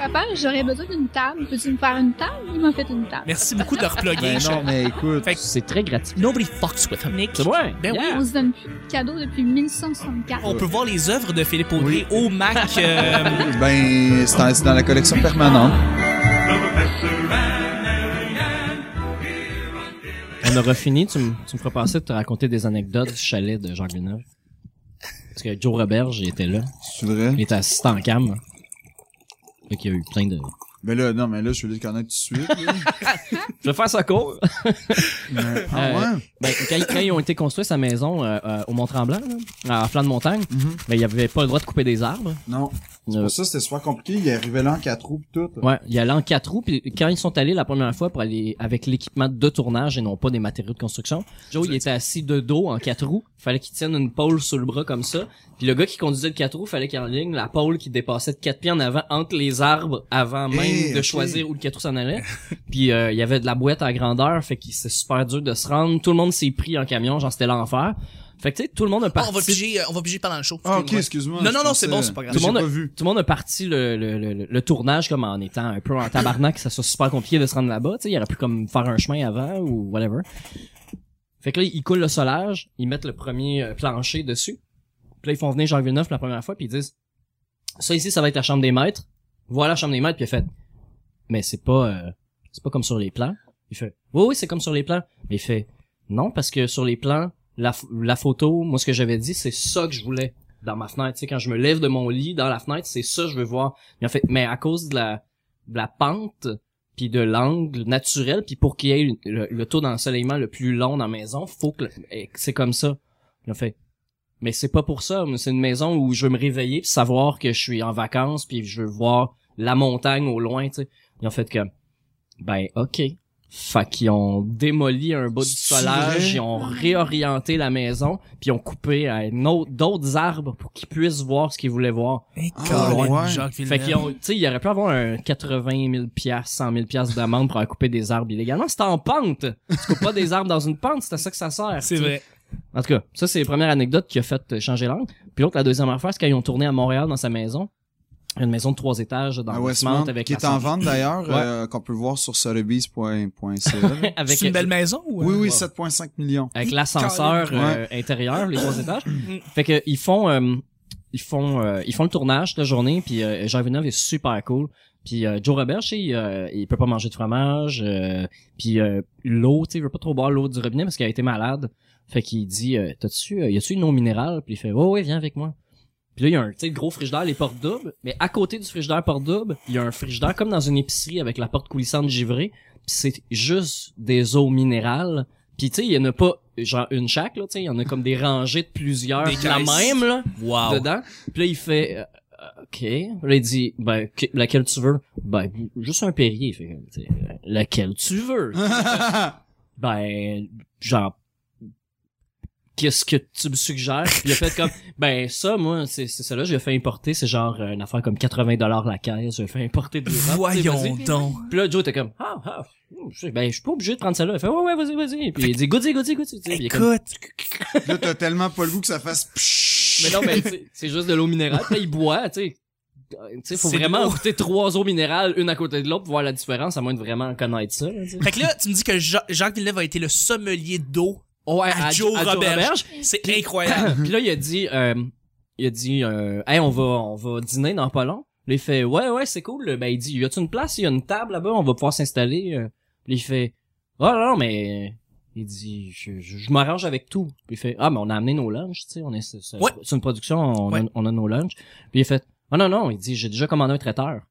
D: Papa, j'aurais besoin d'une table. Peux-tu me faire une table? Il m'a fait une table.
B: Merci beaucoup de reploguer.
E: ben non, mais écoute.
B: Fait que-
F: C'est très gratifiant.
B: Nobody fucks with him, Nick.
F: C'est vrai?
B: Ben oui.
F: Yeah.
D: On se donne plus de cadeaux depuis 1964.
B: On peut voir les œuvres de Philippe Audrey au Mac. euh,
E: Ben, c'est dans- c'est dans la collection permanente.
H: The professor and Marianne
F: On aura fini. Tu, me- tu me feras passer de te raconter des anecdotes du chalet de Jacques Villeneuve. Parce que Joe Roberge, il était là.
E: C'est vrai?
F: Il était assistant en cam. Fait qu'il y a eu plein de...
E: Ben là, non, mais là, je suis obligé de connaître tout de suite. là.
F: Je vais faire ça court.
E: Mais- ah
F: Euh,
E: ouais?
F: Ben, quand, quand ils ont été construits sa maison euh, euh, au Mont-Tremblant, là, à flanc de montagne,
E: Mhm.
F: ben, il n'y avait pas le droit de couper des arbres.
E: Non.
F: Euh,
E: Pour ça, c'était super compliqué. Il arrivait là en quatre roues pis tout.
F: ouais, il y allait en quatre roues, puis quand ils sont allés la première fois pour aller avec l'équipement de tournage et non pas des matériaux de construction, Joe, il était assis de dos en quatre roues. Fallait qu'il tienne une pôle sur le bras comme ça. Puis le gars qui conduisait le quatre roues, fallait qu'il ligne la pôle qui dépassait de quatre pieds en avant entre les arbres avant même
E: Eh,
F: de
E: ok.
F: choisir où le quatre roues s'en allait. puis euh, il y avait de la boîte à grandeur, fait qu'il c'était super dur de se rendre. Tout le monde s'est pris en camion, genre c'était l'enfer. Fait que tu sais, tout le monde a
B: oh,
F: parti.
B: on va piger, euh, on va piger pendant le show.
E: Ah, ok,
B: Excuse-moi.
E: excuse-moi.
B: Non,
E: je
B: non, non, c'est
E: pensais-
B: bon, c'est pas grave.
E: Mais
F: Tout le
E: j'ai
F: monde
E: pas
F: a-
E: vu.
F: tout le monde a parti le, le, le, le- le tournage comme en étant un peu en tabarnak, que ça soit super compliqué de se rendre là-bas. Tu sais, il aurait pu comme faire un chemin avant ou whatever. Fait que là, ils coulent le solage, ils mettent le premier euh, plancher dessus. Puis là, ils font venir Jacques Villeneuve la première fois, puis ils disent ça ici, ça va être la chambre des maîtres. Voilà la chambre des maîtres, puis il a fait mais c'est pas euh, c'est pas comme sur les plans. Il fait oui oui c'est comme sur les plans. Mais il fait non parce que sur les plans la, ph- la photo moi ce que j'avais dit c'est ça que je voulais dans ma fenêtre. Tu sais quand je me lève de mon lit dans la fenêtre c'est ça que je veux voir. Mais en fait mais à cause de la de la pente puis de l'angle naturel puis pour qu'il y ait le, le- le taux d'ensoleillement le plus long dans la maison faut que le- eh, c'est comme ça. Il a fait mais c'est pas pour ça. C'est une maison où je veux me réveiller puis savoir que je suis en vacances puis je veux voir la montagne au loin. Tu sais. Ils ont fait comme, ben, ok. Fait qu'ils ont démoli un bout du
E: C'est
F: solage,
E: vrai?
F: ils ont réorienté la maison, puis ils ont coupé à une autre- d'autres arbres pour qu'ils puissent voir ce qu'ils voulaient voir.
B: Hey,
E: Ah,
B: Colin,
E: ouais.
B: Jacques
F: Fait
B: Villeneuve.
F: qu'ils ont, tu sais, il aurait pu avoir un 80 000 piastres, 100 000 piastres d'amende pour avoir coupé des arbres illégalement. C'était en pente! Tu coupes pas des arbres dans une pente, c'est à ça que ça sert.
B: C'est
F: tu sais.
B: vrai.
F: En tout cas, ça, c'est la première anecdote qui a fait euh, changer l'angle. Puis l'autre, la deuxième affaire, c'est quand ils ont tourné à Montréal dans sa maison. Une maison de trois étages dans
E: À
F: Westmount
E: Westmount,
F: avec
E: qui
F: la
E: est en
F: centrale.
E: vente d'ailleurs, euh, qu'on peut voir sur sotheby's.ca.
F: avec,
B: C'est une belle maison ou? euh?
E: e. Oui, oui, 7,5 millions.
F: avec l'ascenseur euh, intérieur, les trois étages. Fait que ils font euh, ils font euh, ils font le tournage de la journée puis euh, Jean Villeneuve est super cool. Puis euh, Joe Roberge, il, euh, il peut pas manger de fromage euh, puis euh, l'eau, tu sais, il veut pas trop boire l'eau du robinet parce qu'il a été malade. Fait qu'il dit euh, "T'as-tu euh, y a-tu une eau minérale Puis il fait "Ouais ouais, viens avec moi." Puis là, il y a un tu sais, le gros frigidaire, les portes doubles. Mais à côté du frigidaire porte double, il y a un frigidaire comme dans une épicerie avec la porte coulissante givrée. Puis c'est juste des eaux minérales. Puis tu sais, il y en a pas genre une chaque, là, tu sais. Il y en a comme des rangées de plusieurs,
B: Des
F: de la
B: caisses. Ah
F: même, là,
B: Wow.
F: dedans. Puis là, il fait... euh, OK. Là, il dit, ben, que- laquelle tu veux? Ben, juste un Perrier. Fait, que, tu sais, laquelle tu veux? ben, genre, qu'est-ce que tu me suggères? Puis il a fait comme, ben, ça, moi, c'est c'est ça là, j'ai fait importer. C'est genre euh, une affaire comme 80 dollars la caisse. J'ai fait importer de l'Europe.
B: Voyons donc.
F: Puis là, Joe était comme, ah, ah, hum, je sais, ben, je suis pas obligé de prendre celle-là. Il fait, ouais, ouais, vas-y, vas-y. Puis il dit, goody, goody, goody. tu sais. Puis il est comme,
B: Écoute,
E: Là, t'as tellement pas le goût que ça fasse pshhh.
F: mais non, mais tu sais, c'est juste de l'eau minérale. Puis là, il boit, tu sais. Euh, Tu sais, faut
B: C'est de
F: vraiment
B: l'eau.
F: goûter trois eaux minérales, une à côté de l'autre, pour voir la différence, à moins de vraiment connaître ça. là, tu sais.
B: fait que là, tu me dis que Ja- Jacques Villeneuve a été le sommelier d'eau
F: Ouais,
B: à, Joe Roberge. C'est incroyable.
F: Puis là, il a dit, euh, il a dit, euh, hey, on va, on va dîner dans pas long. Là, il fait, ouais, ouais, c'est cool. Ben, il dit, y a-tu une place? Il y a une table là-bas, on va pouvoir s'installer. Euh, Puis il fait, oh non, non, mais, il dit, je, je, je m'arrange avec tout. Puis il fait, ah, mais on a amené nos lunchs, tu sais, on est, c'est, c'est-
B: Ouais.
F: c'est une production, on, a,
B: Ouais.
F: on a nos lunchs. Puis il fait, ah non, non, il dit, j'ai déjà commandé un traiteur.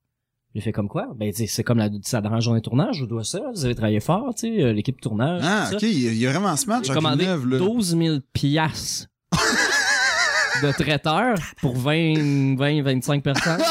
F: Il fait comme quoi? Ben, il dit, c'est comme la, ça dans la journée de tournage, je vous dois ça, vous avez travaillé fort, tu sais, euh, l'équipe de tournage.
E: Ah,
F: tout ça.
E: ok, il est- il est vraiment smart,
F: J'ai
E: Jacques
F: commandé
E: Villeneuve, là.
F: 12 000 piastres de traiteur pour 20, 20, 25 personnes.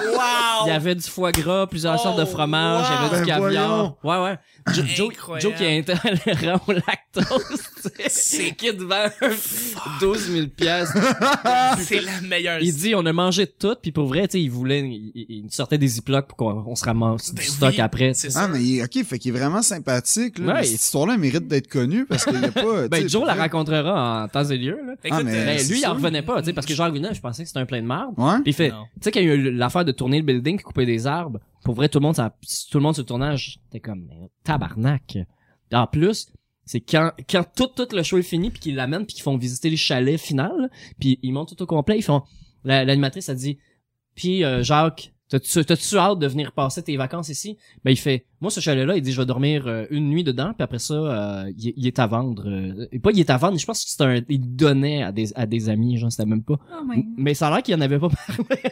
F: Il y
B: Wow!
F: avait du foie gras, plusieurs
B: Oh,
F: sortes de fromages, il y avait
E: wow.
F: du
E: Ben
F: caviar. Ouais, ouais. Jo- Joe,
B: Incroyable.
F: Joe qui est intolérant au lactose, tu sais, qui est devant un 12 000 piastres.
B: Ah, C'est la meilleure.
F: Il dit, on a mangé de tout, puis pour vrai, tu sais, il voulait, il, il- il nous sortait des ziplocs pour qu'on on se ramasse
B: Ben
F: du stock
B: oui,
F: après.
B: c'est
E: Ah,
B: ça.
E: mais il- ok, fait qu'il est vraiment sympathique, là.
F: Ouais.
E: Mais Cette histoire-là elle mérite d'être connue parce qu'il y a pas. tu
F: Ben,
E: sais,
F: Joe la
E: pour vrai.
F: racontera en temps et lieu, là.
B: Écoute,
E: Ah, mais-
B: euh,
F: Ben,
E: c'est
F: lui, il
E: sûr.
F: en revenait pas, tu sais, parce que Jean Villeneuve, je pensais que c'était un plein de merde.
E: Ouais.
F: Puis il fait, tu
B: Non.
F: sais qu'il y a eu l'affaire de tourner le building puis couper des arbres. Pour vrai, tout le monde, ça, tout le monde sur le tournage, t'es comme mais tabarnak. En plus, c'est quand quand tout tout le show est fini puis qu'ils l'amènent puis qu'ils font visiter les chalets final, puis ils montent tout au complet, ils font la- l'animatrice a dit puis euh, Jacques, t'as-tu t'as-tu hâte de venir passer tes vacances ici Ben il fait, moi ce chalet là, il dit je vais dormir euh, une nuit dedans, puis après ça euh, il, il est à vendre. euh, et pas il est à vendre, je pense que c'était un il donnait à des à des amis, genre c'était même pas.
D: Oh my god.
F: Mais ça a l'air qu'il y en avait pas parlé.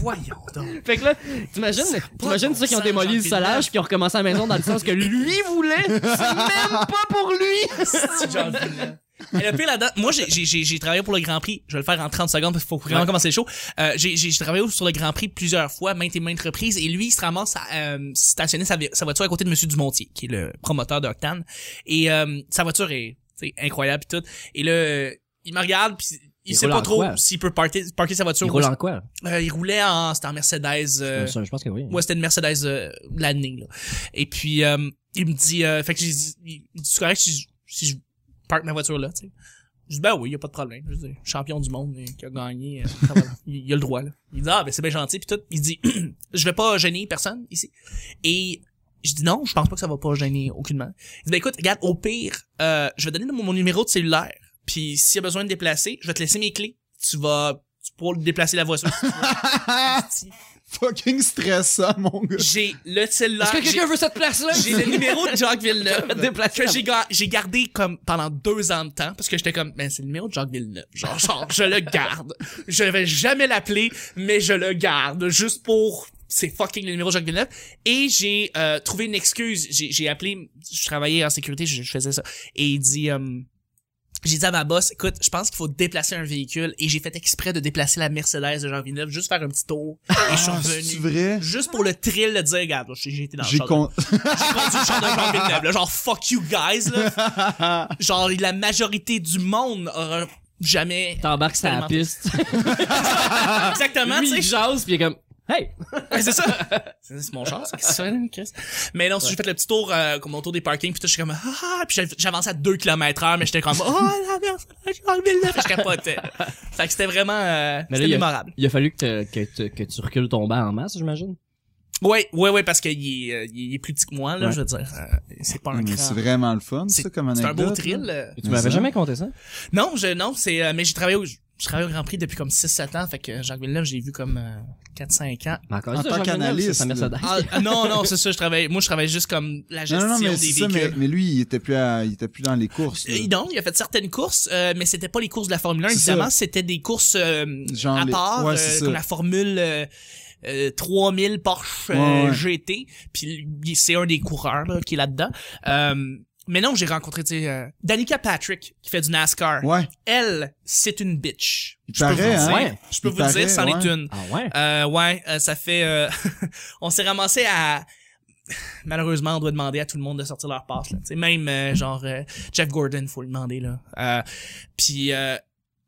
B: Voyons donc.
F: Fait que là, t'imagines, t'imagines ceux qui ont
B: Ça, j'en
F: démoli le
B: fais
F: solage
B: neuf.
F: pis qui ont recommencé la maison dans le sens que lui voulait, c'est même pas pour lui!
B: C'est Jean Villeneuve. Et euh, le pire là-dedans, moi j'ai- j'ai j'ai- j'ai travaillé pour le Grand Prix, je vais le faire en 30 secondes parce qu'il faut vraiment commencer le show. Euh, j'ai j'ai- j'ai travaillé sur le Grand Prix plusieurs fois, maintes et maintes reprises, et lui il se ramasse à euh, stationner sa, vi- sa voiture à côté de Monsieur Dumontier, qui est le promoteur d'Octane. Et euh, sa voiture est tu sais, incroyable et tout. Et là, euh, il me regarde puis il,
F: Il
B: sait
F: roule
B: pas
F: en
B: trop
F: quoi?
B: s'il peut parter- parker sa voiture.
F: Il roule en quoi?
B: Euh, il roulait en, c'était en Mercedes. euh,
F: Ça, je pense que oui.
B: moi, c'était une Mercedes euh, de l'année. là. Et puis, euh, il me dit... Euh, fait que j'ai dit, il- il dit, c'est correct si je, si je parque ma voiture là, tu sais. Je dis, ben oui, y a pas de problème. Je dis, champion du monde euh, qui a gagné, euh, ça va, il, il a le droit, là. Il dit, ah, ben c'est bien gentil, puis tout. Il dit, je vais pas gêner personne ici. Et je dis, non, je pense pas que ça va pas gêner aucunement. Il dit, ben écoute, regarde, au pire, euh, je vais donner mon, mon numéro de cellulaire. Puis s'il y a besoin de déplacer, je vais te laisser mes clés. Tu vas tu pourras déplacer la voiture. si tu veux.
E: Fucking stressant, mon gars.
B: J'ai le cellulaire.
F: Est-ce que
B: j'ai-
F: quelqu'un veut cette place-là?
B: j'ai le numéro de Jacques Villeneuve
F: Déplacer
B: que
F: la-
B: j'ai, ga- j'ai gardé comme pendant deux ans de temps parce que j'étais comme ben c'est le numéro de Jacques Villeneuve genre, genre je le garde je vais jamais l'appeler mais je le garde juste pour c'est fucking le numéro de Jacques Villeneuve et j'ai euh, trouvé une excuse j'ai, j'ai appelé je travaillais en sécurité je, je faisais ça et il dit euh, j'ai dit à ma boss, écoute, je pense qu'il faut déplacer un véhicule et j'ai fait exprès de déplacer la Mercedes de Jacques Villeneuve, juste faire un petit tour et je suis
E: Ah,
B: revenu.
E: c'est vrai?
B: Juste pour le thrill de dire, regarde, j'ai j'ai été dans le
E: J'ai
B: char de-
E: con...
B: j'ai conduit le char de Jean Villeneuve, là, genre fuck you guys, là. genre la majorité du monde aura jamais.
F: T'embarques sur la piste.
B: Exactement,
F: Lui,
B: tu
F: il
B: sais.
F: jase pis il est comme, hey!
B: Ouais, c'est ça. C'est c'est mon char, c'est qu'est-ce que c'est, là, Chris? Mais non, si j'ai fait le petit tour, euh, comme mon tour des parkings, puis tout, j'étais comme, ah, ah, puis j'av- j'avançais à 2 km heure, mais j'étais comme, oh, la merde, Jean Villeneuve, je capotais. Fait que c'était vraiment, euh,
F: Mais là,
B: c'était
F: il y a-
B: mémorable.
F: Il a fallu que, te- que, te- que tu recules ton bas en masse, j'imagine.
B: Ouais, ouais, ouais, parce qu'il est, euh, il est plus petit que moi, là,
F: Ouais.
B: je veux dire, euh, c'est pas un
E: Mais
B: grand.
E: c'est vraiment le fun, ça, comme
B: C'est
E: anecdote.
B: un beau
E: là.
B: thrill. euh.
F: Tu
E: Mais
F: m'avais
E: ça-
F: jamais compté ça?
B: Non, je, non, c'est, euh, mais j'ai travaillé au, je travaille au Grand Prix depuis comme 6-7 ans, fait que Jacques Villeneuve, j'ai vu comme euh, 4-5 ans.
F: Mais encore une fois,
E: En tant
F: Jean Villeneuve,
E: qu'analyste,
F: c'est sa Mercedes.
B: Ah, ah, non, non, c'est ça, je travaille, moi, je travaille juste comme la
E: Non,
B: gestion
E: non, non, mais
B: des
E: c'est ça,
B: véhicules.
E: mais, mais lui, il était plus à- il était plus dans les courses. là.
B: Euh, non, il a fait certaines courses, euh, mais c'était pas les courses de la Formule 1,
E: C'est
B: évidemment, c'était des courses euh,
E: Genre
B: à
E: les-
B: part,
E: ouais,
B: euh,
E: c'est ça.
B: comme la Formule euh, euh, 3000 Porsche euh,
E: Ouais, ouais.
B: GT, puis il- c'est un des coureurs là, qui est là-dedans. Euh, Mais non, j'ai rencontré, tu sais, euh, Danica Patrick, qui fait du NASCAR.
E: Ouais.
B: Elle, c'est une bitch.
E: Il
B: Je peux vous
E: paraît,
B: le dire.
E: hein?
F: Ouais.
B: Je peux
E: Il
B: vous
E: paraît,
B: le dire, c'en est
E: ouais.
B: une.
F: Ah ouais?
B: Euh, ouais, euh, ça fait... euh, on s'est ramassé à... Malheureusement, on doit demander à tout le monde de sortir leur passe. Là. Tu sais, Même, euh, genre, euh, Jeff Gordon, faut lui demander. là. Euh, Puis, euh,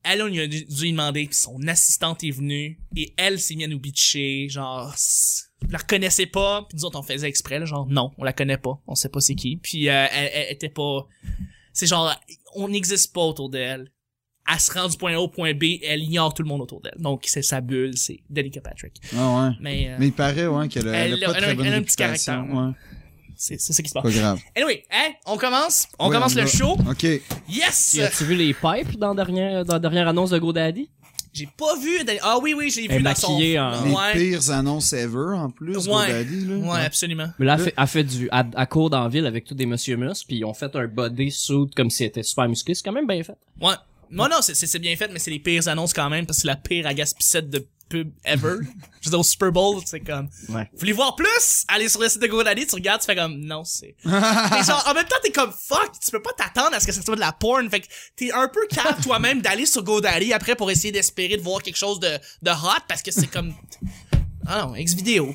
B: elle, on lui a dû dû lui demander. Puis son assistante est venue. Et elle s'est mise à nous bitcher. Genre, s- vous la reconnaissez pas. Puis nous autres, on faisait exprès. Là, genre, non, on la connaît pas. On sait pas c'est qui. Puis, euh, elle, elle était pas... C'est genre, on n'existe pas autour d'elle. Elle se rend du point A au point B, elle ignore tout le monde autour d'elle. Donc, c'est sa bulle, c'est Delica Patrick.
E: Ah ouais.
B: Mais, euh,
E: Mais il paraît, ouais, qu'elle a, elle a
B: Elle a-
E: pas de
B: elle a-
E: très bonne
B: elle a un petit
E: réputation,
B: caractère.
E: Ouais.
B: c'est c'est ça qui se
E: Pas
B: passe.
E: grave.
B: Anyway, hein, on commence, on
E: Ouais,
B: commence
E: y
B: le
E: va.
B: show.
E: OK.
B: Yes!
F: Puis, As-tu vu les pipes dans la dernière, dans la dernière annonce de GoDaddy?
B: J'ai pas vu. Dan- Ah oui, oui, j'ai
F: Elle
B: vu dans son...
F: maquillée en-
E: Les
B: Ouais,
E: pires annonces ever, en plus, GoDaddy, là.
B: ouais, absolument.
F: Mais là, elle fait, elle fait du, à, court dans la ville avec tous des monsieur mus, puis ils ont fait un body suit comme si c'était super musclé. C'est quand même bien fait.
B: Ouais. Non, non, c'est- c'est c'est bien fait, mais c'est les pires annonces quand même, parce que c'est la pire agaspissette de pub ever. Je veux dire, au Super Bowl, c'est comme...
F: Ouais.
B: Vous voulez voir plus? Allez sur le site de GoDaddy, tu regardes, tu fais comme... Non, c'est... Mais genre, en même temps, t'es comme fuck, tu peux pas t'attendre à ce que ça soit de la porn. Fait que t'es un peu capable toi-même d'aller sur GoDaddy après pour essayer d'espérer de voir quelque chose de, de hot parce que c'est comme. Ah non, ex vidéo.